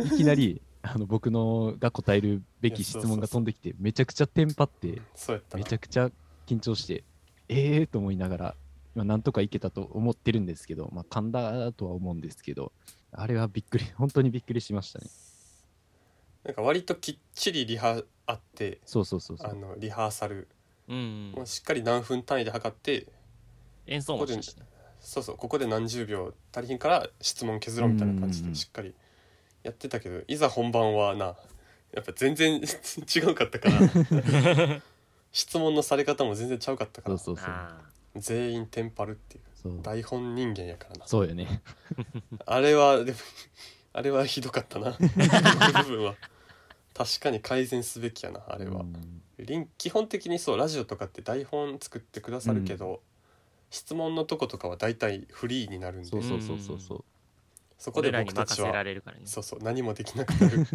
いきな <laughs> り、あの僕のが答えるべき質問が飛んできて、めちゃくちゃテンパってうん、そうやっためなちゃくちゃ緊張して、えーと思いながら、まあ、なんとかいけたと思ってるんですけど、まあ、噛んだとは思うんですけど、あれはびっくり、 <laughs> 本当にびっくりしましたね。なんか割ときっちりリハあってそうそうそうそあう。のリハーサルうんもう。しっかり何分単位で測って演奏もしたしね。そうそうここで何十秒足りひんから質問削ろうみたいな感じうんうんうでんしっかりやってたけどいざ本番はなやっぱ全然 <laughs> 違うかったから <laughs> 質問のされ方も全然ちゃうかったかそうらそうそう。ああ全員テンパるっていうそう台本人間やからなそうよね。あれはでもあれはひどかった <laughs> なあの部分は確かに改善すべきやなああれは、リン基本的にそうラジオとかって台本作ってくださるけど、質問のとことかは大体フリーになるんでそうそうそうそうそう。そこ俺でらに僕た任ちせらはれるからね。そうそう何もできなく <laughs> なる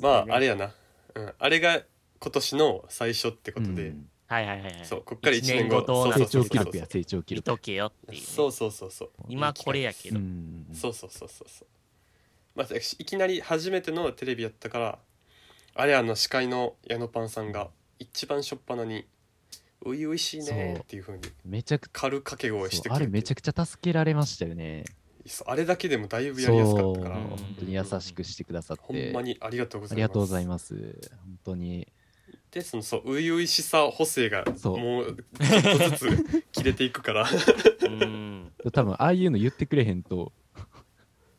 まああれやな、うん、あれが今年の最初ってことで、うんはいはいはいはい。そうこっから1一年後どうな成る長そう記そうそう録や成長記見録。とけよっていうね。そうそうそうそう今これやけうど。んそうそうそうそうそうまあいきなり初めてのテレビやったからあれあの司会の矢野パンさんが一番初っ端に「ういういしいね」っていうふうにめちゃくち軽掛け声してゃ、あれめちゃくくちゃ助けられましたよね。あれだけでもだいぶやそうりやすかったからうん本当に優しくしてくださっほんてま。にありがとうござあいますりがとうございます。本当に。でそのそう初々しさ補正がそうもうちょっとずつ切れていく <laughs> からそううん。多分ああいうの言ってくれへんと、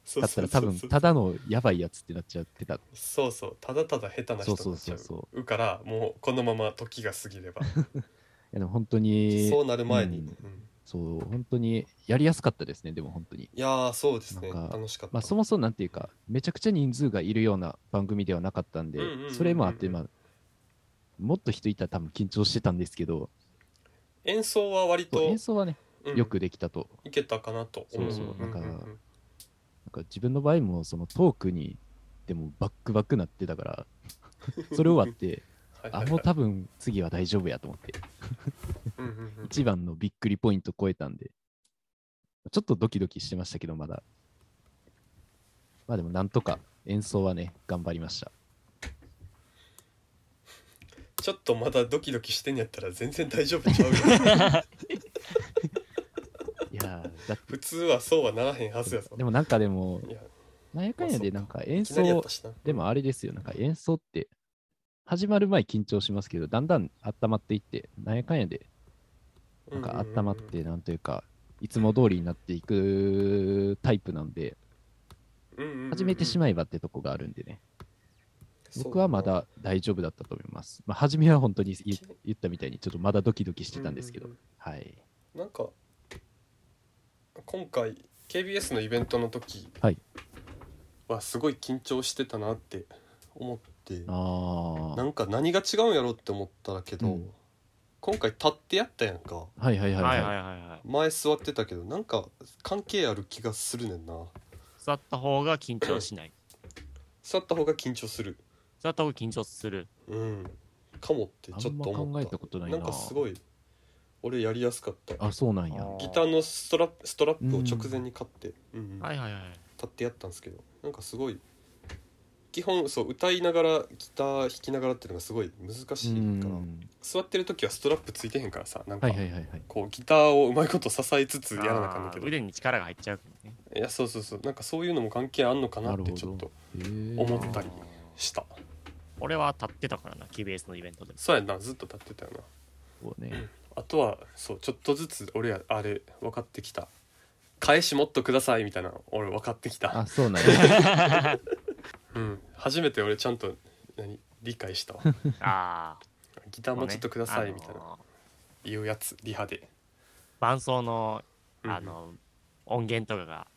そうだったそうら多分ただのやばいやつってなっちゃってた。そうそうただただ下手な人になっちゃうそうそうそううからもうこのまま時が過ぎればいやでも本当に、そうなる前に、うんうんそう、本当にやりやすかったですね、でも本当に。いやーそうですねなんか楽しかった、まあ、そもそもなんていうか、めちゃくちゃ人数がいるような番組ではなかったんでうんうんうんうんう、んそれもあって、まあ、もっと人いたら多分緊張してたんですけど、演奏は割そうと演奏はね、うんよくできたと。いけたかなと思そうそうなんかううんなんか自分の場合も、そのトークに、でもバックバックなってた <laughs> から、それ終わって、はいはあ、いもうはい多分次は大丈夫やと思って、うんうんうん一番のびっくりポイント超えたんで、ちょっとドキドキしてましたけど、まだ。まあでも、なんとか演奏はね、頑張りました。ちょっとまだドキドキしてんやったら全然大丈夫ち <laughs> ゃうよいやーだっ普通はそうはならへんはずやぞてでもなんかでも、いやなんやかんやで、なんか演いきなりやっ奏た、しなでもあれですよ、なんか演奏って、始まる前緊張しますけど、だんだん温まっていって、なんやかんやで、なんか温まっうんうんうんて、なんというか、いつも通りになっていくタイプなんで、うんうんうんうん始めてしまえばってとこがあるんでね、僕はまだ大丈夫だったと思います。まあ、初めは本当に言言ったみたいに、ちょっとまだドキドキしてたんですけどうう、はい。うんなんか今回 KBS のイベントの時はいはすごい緊張してたなって思ってあなあ、んか何が違うんやろって思ったらけど、うん今回立ってやったやんかはいはいはいははいい。はいはいはい。前座ってたけどなんか関係ある気がするねんな座った方が緊張しない。座った方が緊張する座った方が緊張する。うんかもってちょっとあんま思考っえたたことないななんかすごい俺やりやすかったあ、そうなんや。あーギターのストラップストラップを直前に買って、うんうんはいはいはい。立ってやったんですけどなんかすごい基本そう歌いながらギター弾きながらっていうのがすごい難うしいからん。座ってる時はストラップついてへんからさなんかはいはいはいはい。こうギターをうまいこと支えつつやらなあかんねんけあーどい腕に力が入っちゃうからね。やそうそうそうなんかそういうのも関係あんのかなってちょっとへー思ったりあーした俺は立ってたからな、KBS のイベントでも。そうやんなずっと立ってたよなそうね。あとはそうちょっとずつ俺やあれ分かってきた返しもっとくださいみたいなの俺分かってきたあ、そうなん <laughs> や。 <laughs> うん初めて俺ちゃんと何理解したわああ。ギターもうちょっとくださいみたいあなの言うやつリハで伴奏のうんあの音源とかが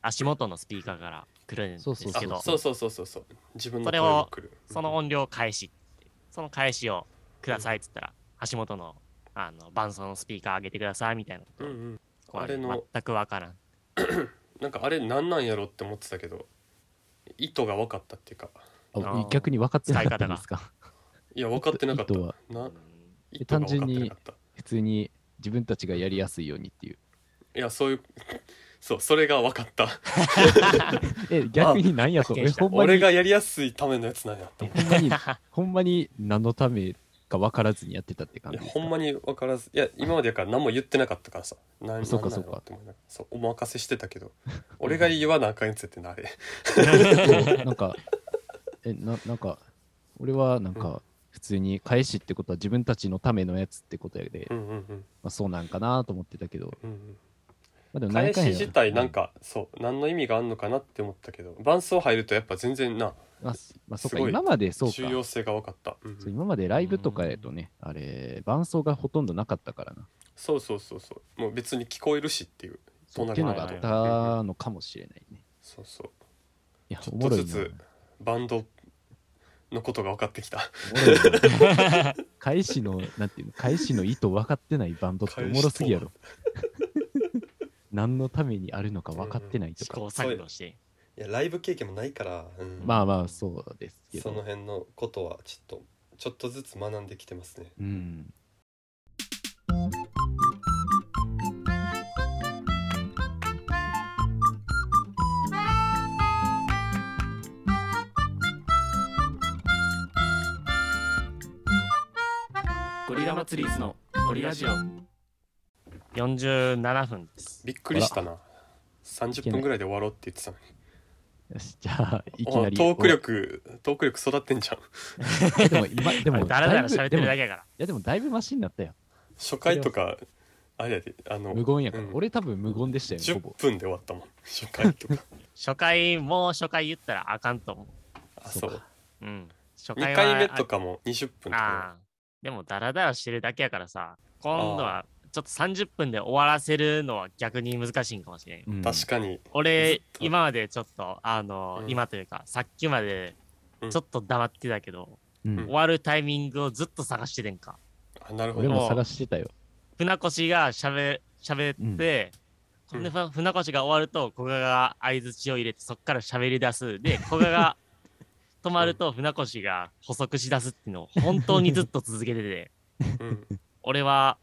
足元のスピーカーから来るんですそうそうあけどそうそうそうそうそう自分のそれ声をが来るその音量返しその返しをくださいっつったら足元のあの伴奏のスピーカー上げてくださいみたいなうんうんこあれの全くわ <laughs> からんなんかあれなんなんやろって思ってたけど意図が分かったっていうかああー逆に分かってなかったんですかいや分かってなかった意図はな意図が単分純かってになかった普通に自分たちがやりやすいようにっていう。いやそういう <laughs> そうそれが分かったえ、逆に何やと、発見え、したほんま俺に、がやりやすいためのやつなんやってえ思ほんまに、ほんまに何のためか分からずにやってたって感ういじや <laughs> ですかほんまに分からずいや今までやから何も言ってなかったからさ何そうかなんなんそうやろかって思いながらそうお任せしてたけど俺が言わなあかんやつやってなあれなんか、え、ななんか、俺はなんか、普通に返しってことは自分たちのためのやつってことやで、うんうんうんまあ、そうなんかなと思ってたけど、うんうんまあ、でも返何し回や自体なん、かそう何の意味があんのかなって思ったけど伴奏入るとやっぱ全然なまあ、すまあ、そうか、すごい今までそうか、重要性が分かった、うんうんそう今までライブとかやとね、あれ、伴奏がほとんどなかったからな、そうそうそうそうもう別に聞こえるしっていうそうそっうていうのがあはいっはたのかもしれないね。そうそういや、ちおょっもとろいずな。つバンドのことが分かって <laughs> きたおもろいな返しの、なんていうの、返しの意図分かってないバンドっておもろすぎやろ。何のためにあるのか分かってないと試か。行錯誤していやライブ経験もないから、うんまあまあ、そうですけそのど。辺のことはちょっとちょっとずつ学んできてますねうん。ゴリラ祭りーズのゴリラジオ47分ですびっくりしたな30分ぐらいで終わろうって言ってたのによし、じゃあ、いきおなり。トーク力トーク力育ってんじゃんえ。でも、 <laughs> 今、でも、だらだら喋ってるだだいぶでもいけやからや、でも、だいぶマシになったよ。初回とかあれやであの無言やから。うん俺、多分無言でしたよ、 10ほぼ。分で終わったもん初回 <laughs> とか初回もう初回言ったらあかんと思あそうそうかううん初2回は回目とかも20分とかああでもダラダラしてるだけやからさ今度はちょっと30分で終わらせるのは逆に難しいんかもしれんうん確かに俺ずっと今までちょっとあの、うん今というかさっきまでうんちょっと黙ってたけど、うん終わるタイミングをずっと探しててんかあなるほ俺ども探してたよ。船越がしゃべしゃべって、うんこんでふ船越が終わると古賀が相づちを入れてそっからしゃべり出す <laughs> で古賀が止まると船越が補足し出すっていうのを本当にずっと続けててうん俺は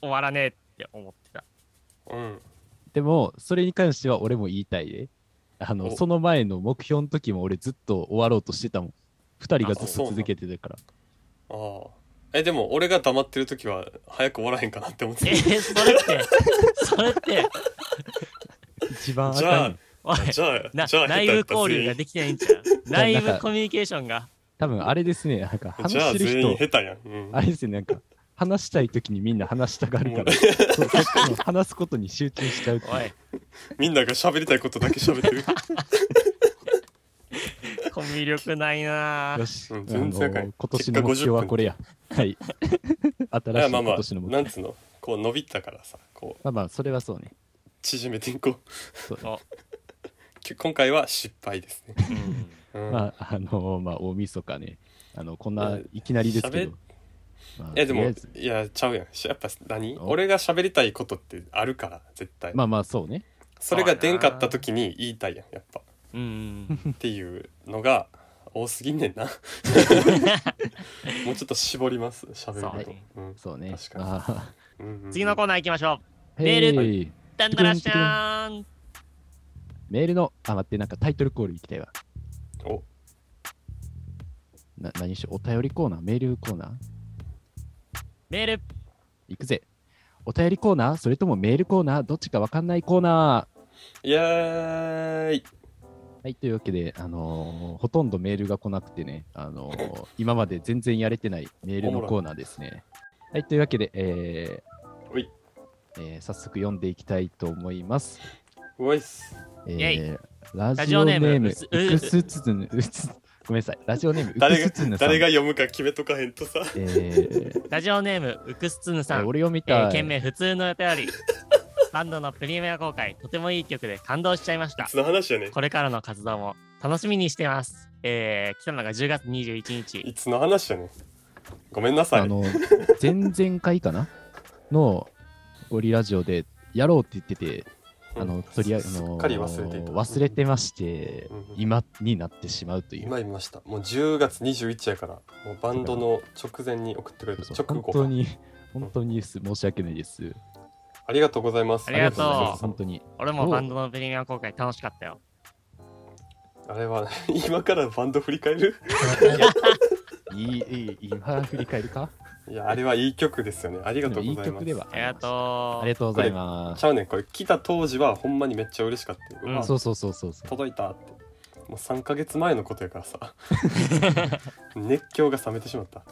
終わらねえって思ってたうんでも、それに関しては俺も言いたいで。あの、おその前の目標の時も俺ずっと終わろうとしてたもん。二人がずあっそうとなん続けてたから。ああえでも俺が黙ってる時は早く終わらへんかなって思ってえたー、それ <laughs> ってそれって一番じゃ赤あい。おいじゃあなじゃあ内部交流ができてないんちゃう全員内部コミュニケーションが。多分あれですね、なんか話じゃあしてる全員人、下手やん、うんあれですね、なんか話したい時にみんな話したがるから、そうそっちの話すことに集中しちゃうっていうおい、みんなが喋りたいことだけ喋 <laughs> ってる、コミュ力ないなよぁ。し、うん全然赤いあの今年の目標はこれや。はい。い新しやいまあま今あ年の目標。なんつうのこう伸びたからさこうまあまあ、それはそうね。縮めていこうそうお <laughs> き今回は失敗ですね、うんうんまあ、あのまあ、大晦日ね、あの、こんないきなりですけ喋ど。まあいやでもとりあえずいやちゃうやんしやっぱ何お俺が喋りたいことってあるから絶対、まあまあ、そうね。それが出んかった時に言いたいやんやっぱうん。っていうのが多すぎんねん <laughs> なもうちょっと絞ります喋ること、そううんそうね。確かにああうんうん次のコーナー行きましょへメールい。う。ダンダラシャーンメールの、あ、待って、なんかタイトルコール行きたいわ。おな何しよう、お便りコーナー、メールコーナーメール、行くぜ。お便りコーナー、それともメールコーナー、どっちかわかんないコーナー。イエーイはい、というわけで、あのーほとんどメールが来なくてね、あのー今まで全然やれてないメールのコーナーですね。はい、というわけで、えーおいえー早速読んでいきたいと思います。うわいっすえイーラジジオオネネームーム、ううつくすつつぬ、うつごめんなさい。ラジオネーム、ウ誰クスツがヌさん。誰が読むか決めとかへんとさえー、ラジオネーム、ウクスツヌさん。俺読みえーたい。懸命普通のお便り。バンドのプレミア公開、とてもいい曲で感動しちゃいましたいつ。の話やねんこれからの活動も楽しみにしてます。えー、来たのが10月21日。いつの話やねんごめんなさあいの、前々回かなのゴリラジオでやろうって言ってて、あうの、んとりあえず、あすのっかり忘れていた忘れてましてうんうん、今になってしまうという。今言いましたもう10月21やからもうバンドの直前に送ってくれたそう直本後当かに、本当にす申し訳ないです。ありがとうございますありがとうあり本当 <laughs> に。俺もバンドのプレミア公開楽しかったよ。あれは <laughs> 今からバンド振り返るいい、いい、今振り返るかいやあれはいい曲ですよねありがとういごいざいます曲ではあありますありりがとう。がとうございますち。ゃうねんこれ来た当時はほんまにめっちゃ嬉しかった、うんうわそうそうそうそうそう。届いたってもう3ヶ月前のことやからさ <laughs> 熱狂が冷めてしまった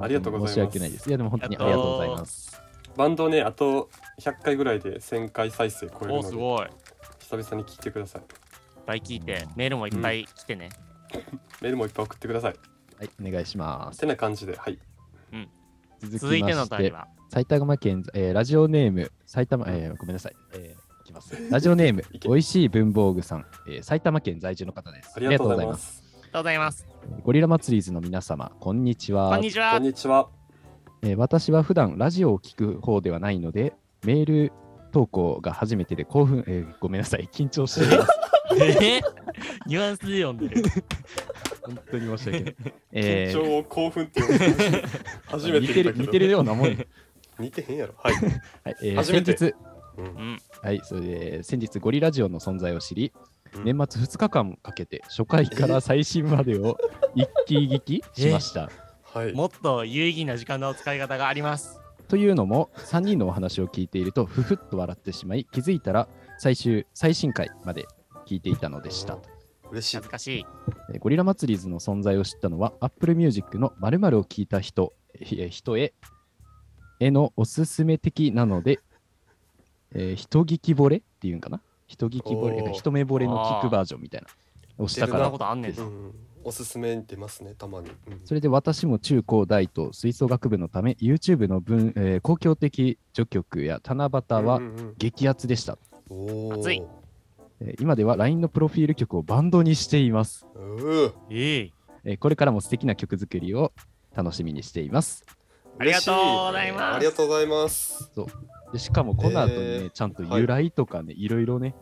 ありがとうございます申し訳ないです。いや、でも本当にありがとうございます。バンドねあと100回ぐらいで1000回再生超えるおのお、ですごい。いっ久々に聞いてくださいぱい聞いて、メールもいっぱい来てね。メールもいっぱい送ってくださいはい、お願いします。てな感じではい続続きいまてのし旅て、は、埼玉県、えーラジオネーム、埼玉、えーごめんなさい。えーいきますラジオネーム <laughs> い、けおいしい文房具さん、えー埼玉県在住の方です。ありがとうございまあすありがとうございまりす。がとうございます。ゴリラ祭りーズの皆様、こんにちは。こんにちこはん。にちはえー私は普段ラジオを聞く方ではないので、メール投稿が初めてで興奮、えーごめんなさい、緊張しています。 <laughs> <laughs> えーニュアンスで読んでる。本当に申し訳ない。緊えー張を興奮って呼んで <laughs> る初めて似言てったるけど似てるようなもんよ。似てへんやろはい、はいえー初めて先日、うんうん。はい、それで先日ゴリラジオの存在を知り、うん年末2日間かけて初回から最新までを一気聞きしました。はいもっと有意義な時間の使い方があります。というのも、3人のお話を聞いていると、ふふっと笑ってしまい、気づいたら最終、最新回まで聞いていたのでした。嬉しい恥ずかしい。えーゴリラ祭りズの存在を知ったのは、Apple Music の〇〇を聞いた人えー人へへのおすすめ的なので、えー人聞き惚れっていうんかな人聞き惚れ、おなーんか一目惚れの聞くバージョンみたいな。をしたそかんならことあんねんうな。ん、おすすめに出ますねたまに、うんそれで私も中高大と吹奏楽部のため YouTube の分、えー公共的助曲や七夕はうんうん激アツでした、うん、おー熱いえー今では LINE のプロフィール曲をバンドにしています、うーええ。えーこれからも素敵な曲作りを楽しみにしていますありがとうござい嬉しますありがとうございます。でしかもこの後にね、えーちゃんとはい由来とかね、い、ろいろね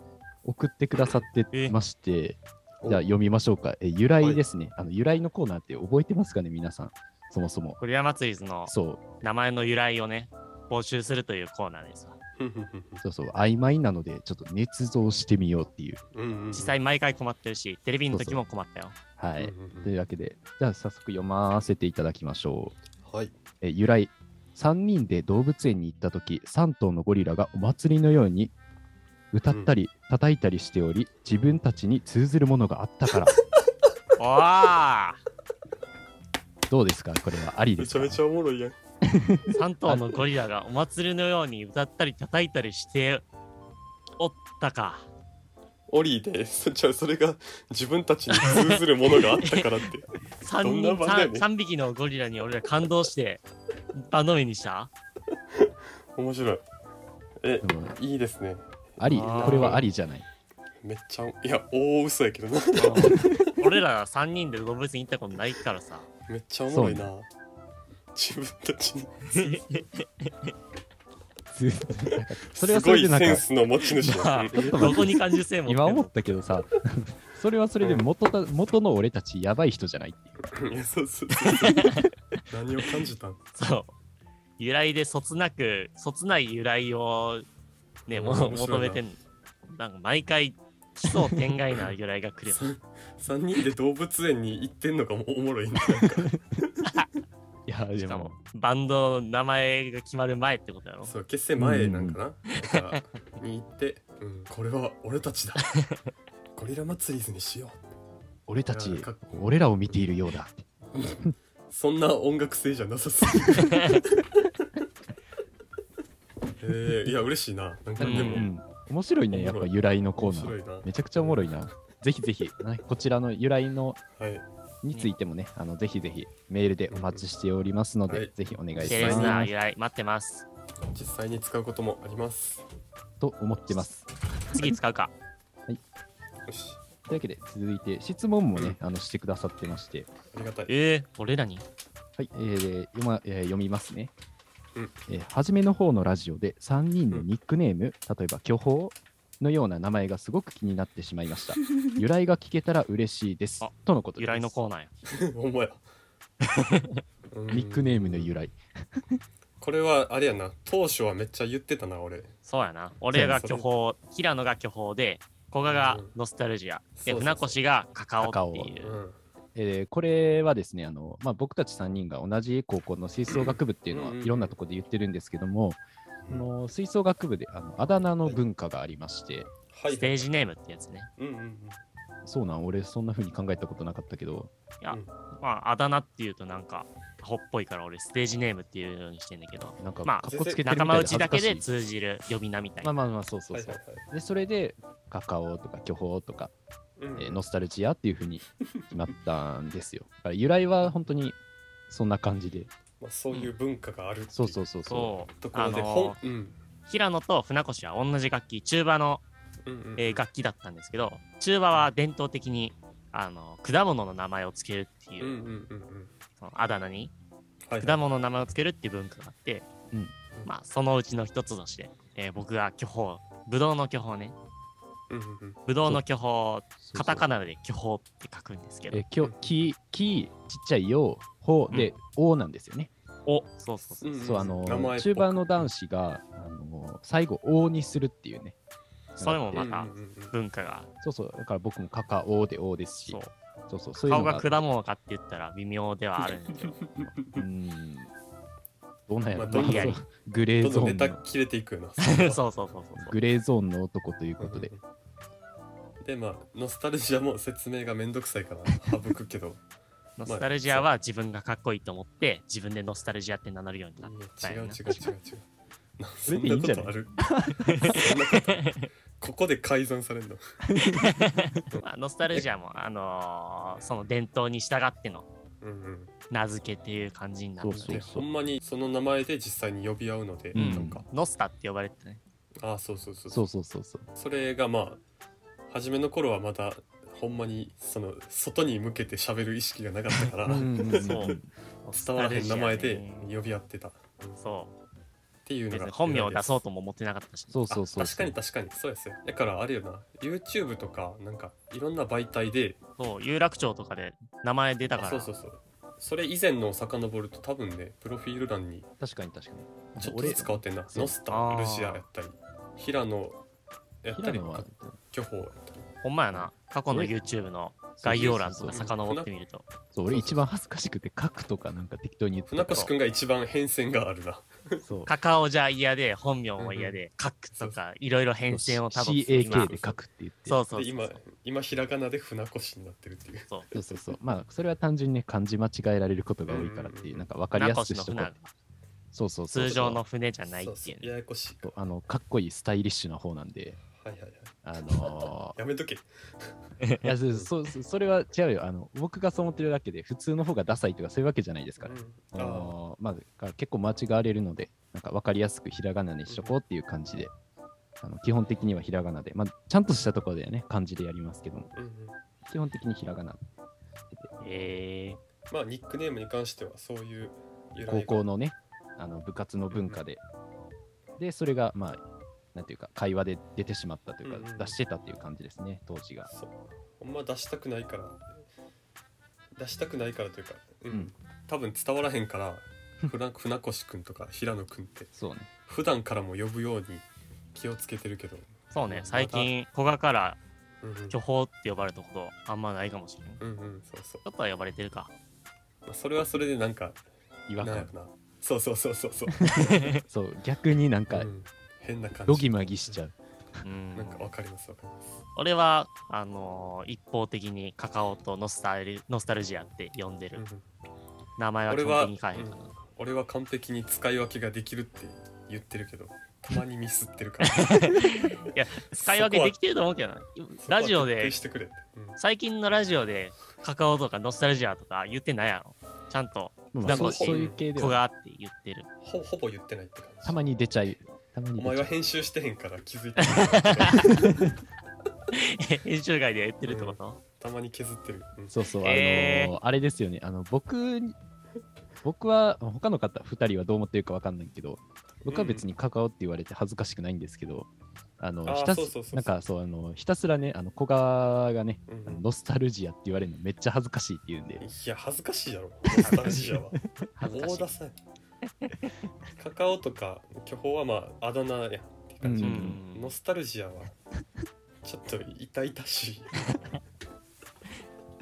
送ってくださってまして、おじゃあ読みましょうか、えー由来ですね、あの由来のコーナーって覚えてますかね皆さんそもそもゴリラ祭りズのそう名前の由来をね、募集するというコーナーですわ。そうそう曖昧なのでちょっと捏造してみようっていううんうんうん実際毎回困ってるし、テレビの時も困ったよ。はういん、うんというわけで、じゃあ早速読ませていただきましょう。うんはい。えー由来、3人で動物園に行ったとき、3頭のゴリラがお祭りのように歌ったり叩いたりしており、自分たちに通ずるものがあったから、おーどうですかこれはありでめすちかゃめちゃおもろいやん。 3頭のゴリラがお祭りのように歌ったり叩いたりしておったか。オリーで、そじゃあそれが自分たちに通ずるものがあったからって。 3, どんな人番だよ三ね三匹のゴリラに俺ら感動してバンド名にした面白い。え、でもいいですね。あり、あーこれはありじゃ <laughs> ない。めっちゃ、いや、大嘘やけどな。 <laughs> 俺ら3人で動物園行ったことないから <laughs> さ。めっちゃおもろいな。自分たちに。通ずるなんかそれはすそごれいでなんセンか、スの持ち主まだあ。どこに感受性も今思ったけどさ、 <laughs> それはそれで元た元の俺たちやばい人じゃないっていう。 <laughs> いやそうそうそうそう。何を感じた <laughs> んそう。由来でそつなく、そつない由来をね、もうん面白いな求めてんなんか毎回奇想天外な由来 <laughs> が来るよ。 ?3 人で動物園に行ってんのがもおもろいな。いや、でしかもも、バンドの名前が決まる前ってことやろ。そう結成前なんかなとかに行って、うん、これは俺た <laughs> ちだゴリラ祭りずにしよ俺たちいやかっこ、いい俺らを見ているようだって。うそんな音楽性じゃな <laughs> さすぎる <laughs> えー、いや嬉しいななんかうでんも、うん面白いね、面やっ白いぱ由来のコーナ面白ー。いなめちゃくちゃおもろいな。ぜひぜひ、なこちらの由来のはいについてもね、あのぜひぜひメールでお待ちしておりますので、はいぜひお願いシしェレスまなす由来待ってます。実際に使うこともありますと思ってます。次使うか。よしというわけで続いて質問もね、あのしてくださってまして、ありがたいえー、俺らにはい、えー読まえー読みますね。うんえー初めの方のラジオで3人のニックネーム、例えば巨峰のような名前がすごく気になってしまいました。由来が聞けたら嬉しいですあ。とのことで由す。来のコーナーや。 <laughs> <laughs> ほんまやニックネームの由来来。これはあれやな当初はめっちゃ言ってたな俺そうやな。俺が巨峰、平野が巨峰で、古賀がうんノスタルジア、そうでそう船越がカカオってカいうう。んえーこれはですね、あのまあ、僕たち3人が同じ高校の吹奏楽部っていうのはうんうんいろんなところで言ってるんですけども、あの吹奏楽部であのあだ名の文化がありまして、はいステージネームってやつね。うんうんうんそうなん、俺そんな風に考えたことなかったけど、いやうん、まあ、あだ名っていうとなんか、アホっぽいから俺ステージネームっていうようにしてんだけど、なんか、まあかっこつけてるみたいで仲間内だけで恥ずかし通じる呼び名みたいいまあな。まあまあ、そうそうはいそう。はいで、それで、カカオとか巨峰とか、はいえーうんノスタルジアっていう風に決まったんですよ。だから由来は本当にそんな感じで、まあそういう文化があるっていそうそうそうそそう。とこあろでの本うんー、平野と船越は同じ楽器、チューバのうんうんえー楽器だったんですけど、チューバは伝統的にあの果物の名前をつけるっていう、うんうんうんうんそのあだ名にはい果物の名前をつけるっていう文化があって、うんまあそのうちの一つとして、えー僕が巨峰、ブドウの巨峰ね、うんうんうんブドウの巨峰、う。カタカナで巨峰って書くんですけどえ、今日、き、き、ちっちゃいよ、ほで、おなんですよね。お、そうそうそう、んんそう、あの名前っぽ、く中盤の男子が、あの、最後、王にするっていうね。それもまうたんうんうんうん文化が、そうそう、だから僕もカカオで王ですしそう、、そうそう、そういう顔のがが。果物かって言ったら微妙ではあるんです <laughs> けど、うーん。どうなんやろまあどんどんそうグレどーんゾどーんネンタの、切れていくよなそうそうそうそうそう。グレーゾーンの男ということで。でまあノスタルジアも説明がめんどくさいから省く <laughs> けどノスタルジアは自分がかっこいいと思って、自分でノスタルジアって名乗るようにいな <laughs> やった違う違う違うよ違うななれそでんいいなんじゃことなあるそんなこと <laughs> ここで改ざんされるのまあ、ノスタルジアも、あのーその伝統に従ってのうんうん名付けっていう感じになってそうでほんまにその名前で実際に呼び合うので、うんなんかノスタって呼ばれてたね。ああそうそうそうそうそうそうそう。それがまあ初めの頃はまだほんまにその外に向けて喋る意識がなかった <laughs> から伝そうわらへん名前ノスタルジでアね呼び合ってたっそていうう。の別がに本名を出そうとも思ってなかったし、そうそうそうあ確かに確かにそうですよだからあれよな YouTube とかなんかいろんな媒体でそう、有楽町とかで名前出たから、そうそうそうそれ以前のを遡ると多分ねプロフィール欄に確かに確かにちょっとずつ変わってんなノスタルジアやったり平野やった平り野は巨峰やっほんまやな、過去の YouTube の概要欄とか遡ってみると、そう俺一番恥ずかしくて書くとかなんか適当に言って船た越くんが一番変遷があるなそうカカオじゃ嫌で、本名も嫌で、カックとか、いろいろ変遷をたどって CAK で書くって言ってそううそうでそう今今ひらがなで船越になってるっていうそうそうそうまあそれは単純にね漢字間違えられることが多いからっていうなんか分かりやすくしとこ船越の船うそうそうそう通常の船じゃないってそいううそうややこしいそうあのかっこいいスタイリッシュな方なんではいはいはいあのやめとけーいやそうそうそうそれは違うよあの僕がそう思ってるだけで普通の方がダサいとかそういうわけじゃないですから、うんああのーまあ、だから結構間違われるので、なんか分かりやすくひらがなにしとこうっていう感じで、あの基本的にはひらがなで、まあ、ちゃんとしたところではね、漢字でやりますけども、ーうんうん基本的にひらがな。えまあニックネームに関してはそういう由来が高校のね、あの部活の文化で、で、それが、まあ、なんていうか、会話で出てしまったといううんうか、ん出してたっていう感じですね、当時が。そうほんま出したくないから出したくないからというか、うんうん多分伝わらへ <laughs> んからフラン船越くんとか平野くんってそうね。普段からも呼ぶように気をつけてるけど、ー、そうね、最近、古賀からうんうん、巨峰って呼ばれたことあんまないかもしれない。うんうんそうそうちょっとは呼ばれてるか。まあそれはそれでなんか違な和んや感。ろなそうそうそうそうそう、そう、逆になんかう、ん変な感じどぎまぎしちゃう。うんなんかわかりますわかります俺は、あのー一方的にカカオとノスタルノスタルジアって呼んでる。うんうん名前は基俺本は、的に変えへんかうな。ん俺は完璧に使い分けができるって言ってるけどたまにミスってる <laughs> からそこ使い分けできてると思うけどな。はラジオ徹底で、してくれって、うん最近のラジオで、カカオとかノスタルジアとか言ってないやろ。ちゃんと、まあなんそかうそういう系で小はがって言ってる。 <laughs> ほほぼ言ってないって感じたまに出ちゃう。たまに出お前ちゃはう。編集してへんから気づいてない <laughs> 編集外では言ってるってこと、たまに削ってる、うんそうそう、あのへーあれですよね。あの僕に僕は他の方2人はどう思ってるかわかんないけど、僕は別にカカオって言われて恥ずかしくないんですけど、あのあーひたすそうそうそうそうなんかそうあのひたすらねあの小川がねうんあのノスタルジアって言われるのめっちゃ恥ずかしいって言うんで、いや恥ずかしいやろノスタルジアは恥ずか大しいダ。サいカカオとか巨峰はまああだ名やんって感じ、うノスタルジアはちょっと痛々しい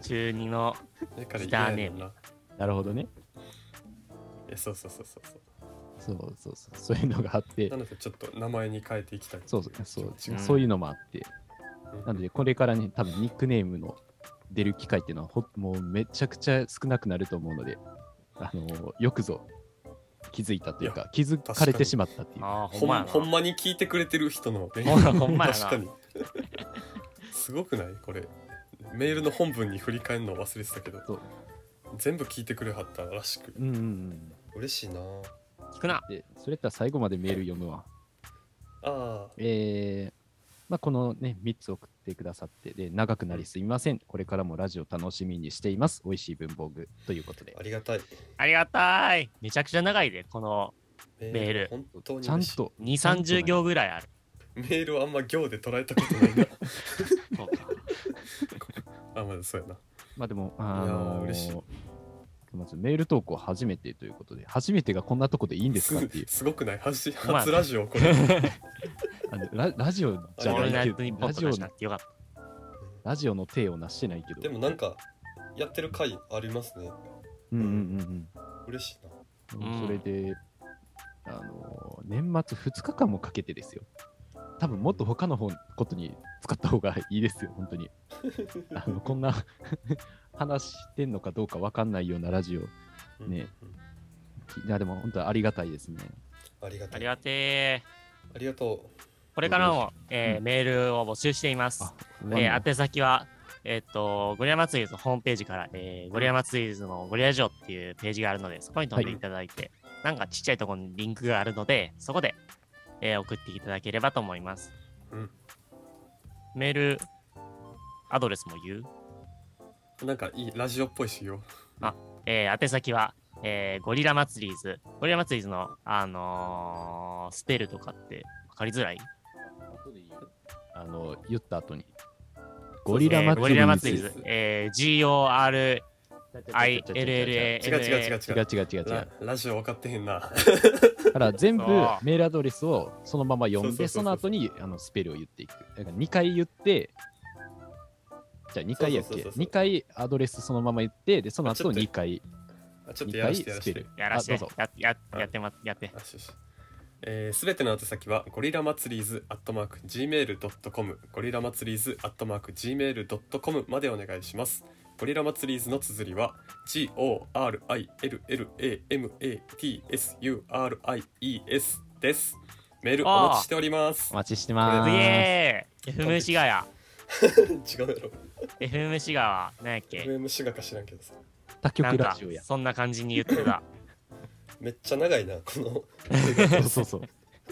中二のだから嫌やねんななるほどね。えそうそうそうそうそそううそうそう、そういうのがあってな、のでちょっと名前に変えていきたいそうそうそう気持ちがそういうのもあって、うんなのでこれからね、多分ニックネームの出る機会っていうのはほもうめちゃくちゃ少なくなると思うので、あのよくぞ気づいたというか、気づかれてしまったっていう。ああ、ほほんまやんな。ほんまに聞いてくれてる人のメほんまほんまやな確かにすごくないこれメールの本文に振り返るの忘れてたけどそう全部聞いてくれはったらしくうんうんうん、嬉しいなあ聞くな。でそれやったら最後までメール読むわ。あえーまあ、この、ね、3つ送ってくださってで、長くなりすみません。これからもラジオ楽しみにしています。美味しい文房具ということでーあ。りがたいありがたい。めちゃくちゃ長いで、このメメール本当にちゃん嬉しいと2、30行ぐらいある。メールをあんま行で捉えたことないな <laughs> そうか。あまだそうやなまあでも、やーあのー嬉しい、まずメール投稿初めてということで、初めてがこんなとこでいいんですかっていう <laughs> すごくない初まあ初ラジオこれあのララジオオじゃールなナいイけトニッど、ポランとジオかしなのくてよかった。ラジオの手をなしてないけど、でもなんかやってる回ありますねうんうん嬉しいなうんうん、うんそれで、あのー年末2日間もかけてですよ。多分もっと他の方ことに使った方がいいですよ、本当 <laughs> に。あのこんな <laughs> 話してんのかどうかわかんないようなラジオ。いうんねうんや、でも本当ありがたいですね。ありがたあいりがてー。ありがとこれからも、えーうんメールを募集しています。あえー宛先は、えーっと、ゴリラマツイズホームページから、えーゴリラマツイズのゴリラジオっていうページがあるので、そこに飛んでいただいて、なんかちっちゃいところにリンクがあるので、そこで、えー送っていただければと思います。うんメール、アドレスも言ううなんかいいラジオっぽいしよえー、宛先は、えーゴリラ祭りーズ。ゴリラ祭りーズの、あのースペルとかって分かりづらいあの言った後に。ゴリラえーゴリラ祭祭りりーです。ズ。えー、違 GORILLA。違う違う違う違うう違う違う違ラう。ラジオ分かってへんな <laughs> だから全部あーメールアドレスをそのまま読んそうで、そうそうそうその後にあのスペルを言っていく。だから2回言って、じゃあ2回やっそうそうけそうそう ?2 回アドレスそのまま言って、で、そのあち後ょっと2回、あちょっ2とやら回してスやらペしルて。やらして、あどうぞやややってま、やって。あしよしえーすべての宛先はゴリラ祭りーズアットマーク Gmail.com ゴリラ祭りーズアットマーク Gmail.com までお願いしますゴリラ祭りーズの綴りは GORILLAMATSURIES ですメールお待ちしておりますお待ちしてあます。ーイエーイ !FM シガヤ。 <laughs> 違うやろ FM シガは、何やっけ FM シガか知らんけどさ他な局んラかジオや、。そんな感じに言ってた。めっちゃ長いなこのそうそうそう。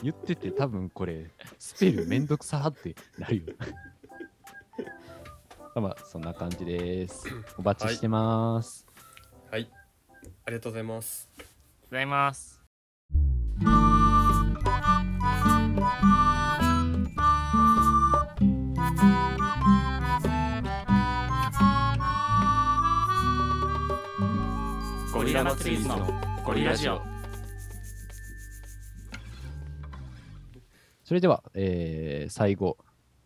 言ってて、多分これ、スペルめんどくさーってなるよ。まあ、そんな感じです。お待ちしてます。はいありがとうございますございます。ゴリラ祭りのゴリラジオそれでは、えー最後、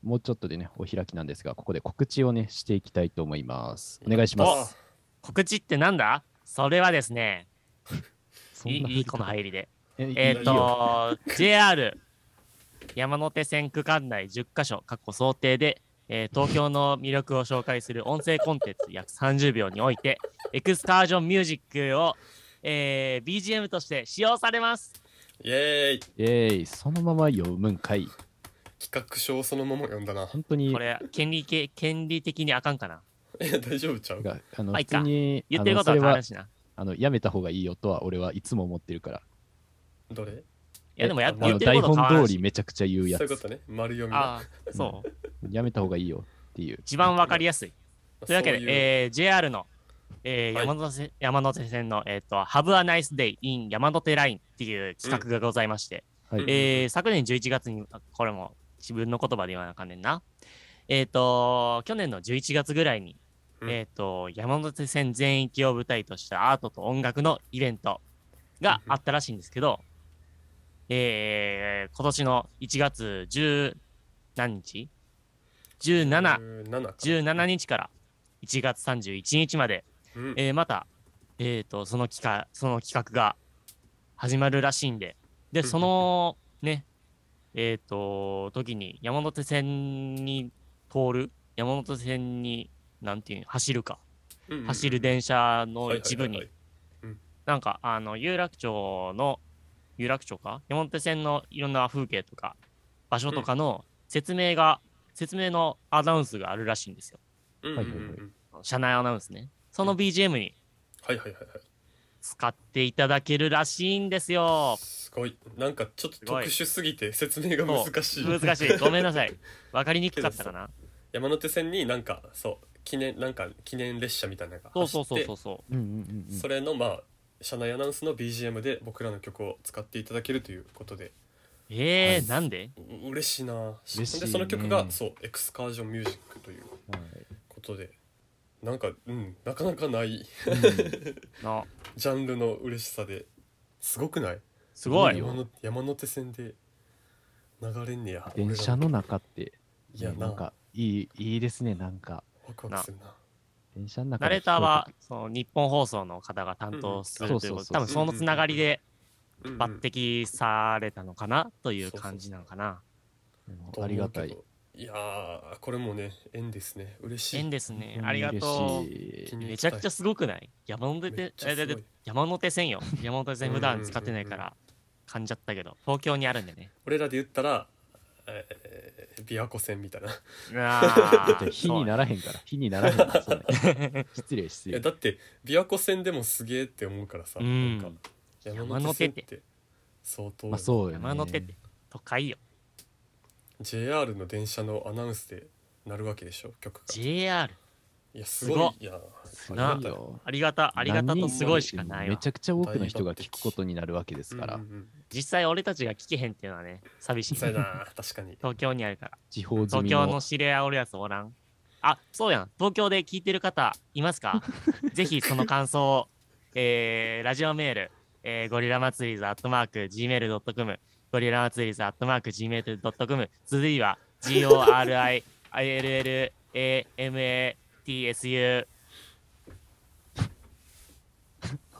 もうちょっとでね、お開きなんですが、ここで告知をね、していきたいと思います。お願いします。告知ってなんだそれはですね、そんいないいい、この入りで。えいいえっ、いいよと、JR 山手線区間内10カ所、過去想定で、えー東京の魅力を紹介する音声コンテンツ約30秒において、エクスカージョンミュージックを、えー BGM として使用されます。イエーイイエーイそのまま読むんかい。企画書をそのまま読んだな <laughs> 本当にこ、れ、権利系、権利的にあかんかな。いや大丈夫ちゃうがあのまあい普いか通に言あってるのこそとはれ変わはらんしな。あのやめた方がいいよとは俺はいつも思ってるからどれいやでもやああ言っのてる台ことは変わら本ん通りし。めちゃくちゃ言そうういやうこつとね丸読みだああ、そう。やめた方がいいよっていう一番わかりやすい。というわけで、そえー JR の、えーはい山手線山手線の、えー、と Have a nice day in 山手ラインっていう企画がございまして、はいえー昨年11月に、あこれも自分の言葉で言わなあかんねんな。えっ、と、去年の11月ぐらいに、うんえっ、と、山手線全域を舞台としたアートと音楽のイベントがあったらしいんですけど、えー今年の1月10何日 ?17 17 17日から1月31日まで、うんえーまた、えー、とその企画その企画が始まるらしいんででうんそのねえっ、と時に山手線に通る山手線になんていうの走るかうんうん走る電車の一部はいにはいなんかあの有楽町の有楽町か山手線のいろんな風景とか場所とかの説明が、説明のアナウンスがあるらしいんですよはいはいうんうんうん社内アナウンスね。その BGM にはいはいはいはい使っていただけるらしいんですよ。すごいなんかちょっとすごい特殊すぎて説明が難しい難しい。ごめんなさい。わかりにくかったかな。 <laughs> 山手線になんかそう記念なんか記念列車みたいなのがそう走そっうそうてそうそうんうんうんうんそれのまあ車内アナウンスの BGM で僕らの曲を使っていただけるということでう。えはー、いなんでう嬉しいな嬉しいねでその曲がそうエクスカージョンミュージックということでなんかうんなかなかはない <laughs> いうんの。ジャンルの嬉しさですごくないすごい。山の山手線で流れんねや電車の中っていやねななんかいいいいですねなんかワクワクするな電車の中ナでレーターはその日本放送の方が担当すうんうるんということで、そ多うそうそう分そのつながりでうんうん抜擢されたのかなという感じなのかな。うんと思うけどありがたいいやーこれもね縁ですね嬉しい縁ですね。ありがとうう。にめちゃくちゃすごくない山手めっでちゃすごいえだって山手線よ。山手線普段使ってないから噛んじゃったけど、東京にあるんでね。俺らで言ったら、えー、琵琶湖線みたいなああ、火になならへんから火にならへんからそうね <laughs> 失礼失いや礼だって琵琶湖線でもすげえって思うからさ、うんなんか山手線って相当、まあそうよね山手って都会よ。 JR の電車のアナウンスでなるわけでしょ曲が JR。いやすごいすごっいやすあごりいがたいよありがた、ありがたとすごいしかないめわち。ゃくちゃ多くの人が聞くことになるわけですから、うんうん実際俺たちが聞けへんっていうのはね、寂しういん、。そうやな確かに東京にあるから。地方済東み京のの知り合いおるやつおらん。あ、そうやん。東京で聞いてる方いますかぜひその感想を、えーラジオメール、えーゴリラ祭りーズアットマーク Gmail.com、ゴリラ祭りーズアットマーク Gmail.com、続いては GORILLAMATSU、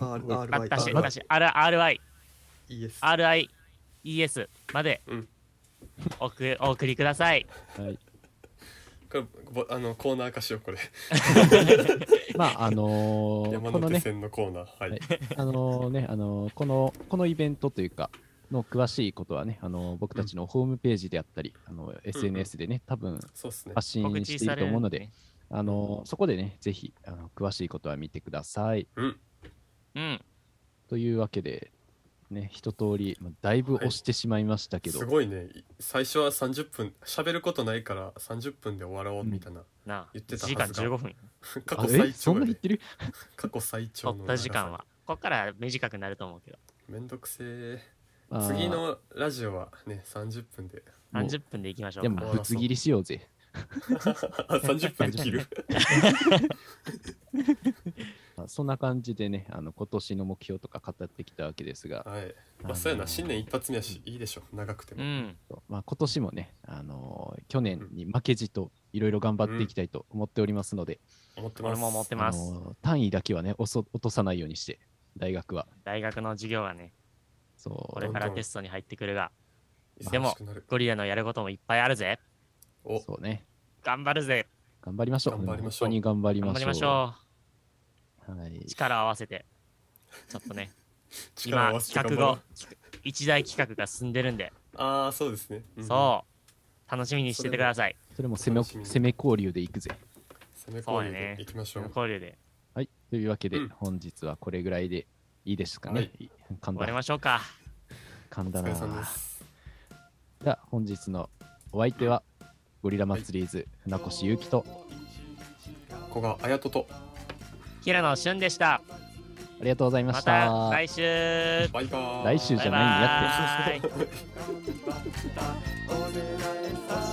R- またし、 RY またし、RI、イエス RIES までうんおくお送りください。はいこれぼあのコーナー化しようこれまああのーこ山の手ね線のコーナーはい、はい <laughs> あのね、あのこの、このイベントというか、の詳しいことはね、あの僕たちのホームページであったり、あの SNS でね、多分そうっすね発信告し知ていさるとれる思うのんで、でね。あのそこでね、ぜひあの詳しいことは見てください。うんうん。というわけで、ね、一通り、まあだいぶ押してしまいましたけど、すごいね最初は30分喋ることないから30分で終わろうみたいな、なあ、言ってた1時間はずが15分。過あ去え最そ長んなやで言ってる過去最長取のっ長たさ時間は。ここから短くなると思うけど、めんどくせえあー次のラジオはね30分でもう30分でいきましょでうもか。ぶつ切りしようぜ。 30分で切るまあそんな感じでね、あの今年の目標とか語ってきたわけですが、 <laughs> はいあまのあーそうやな新年一発目やしいいでしょ長くてうもん。まあ、今年もね、あのー去年に負けじといろいろ頑張っていきたいと思っておりますので、思ってま俺すも持ってあます。のー単位だけはねおそ落とさないようにして大学は大学の授業はね、そうこれからテストに入ってくるが、忙しくなるゴリラのやることもいっぱいあるぜ。おそうね頑張るぜ。頑張りましょう頑張りましょ本う当に頑張り頑まし張りょうましょはい、う。力を合わせて。ちょっとね、 <laughs> 力を合今わ、せて頑張企ろ画うを、一大企画が進んでるんで、ああそうですねそう、楽しみにしててください。それも攻め楽しみに攻め交流でいくぜうん攻め込んそうだでねいきましょう。交流ではい。というわけで、うん本日はこれぐらいでいいですかね。はいい噛ん終わりだ。ましょうか。噛んおだ疲なれさんです。じゃあ、本日のお相手は、ゴリラ祭りーズ、船越ゆうきと、こがあやとと。平野俊でした。ありがとうございまましたた。来週。バイバーイ。来週じゃないんやって。バイバイ俺ら優し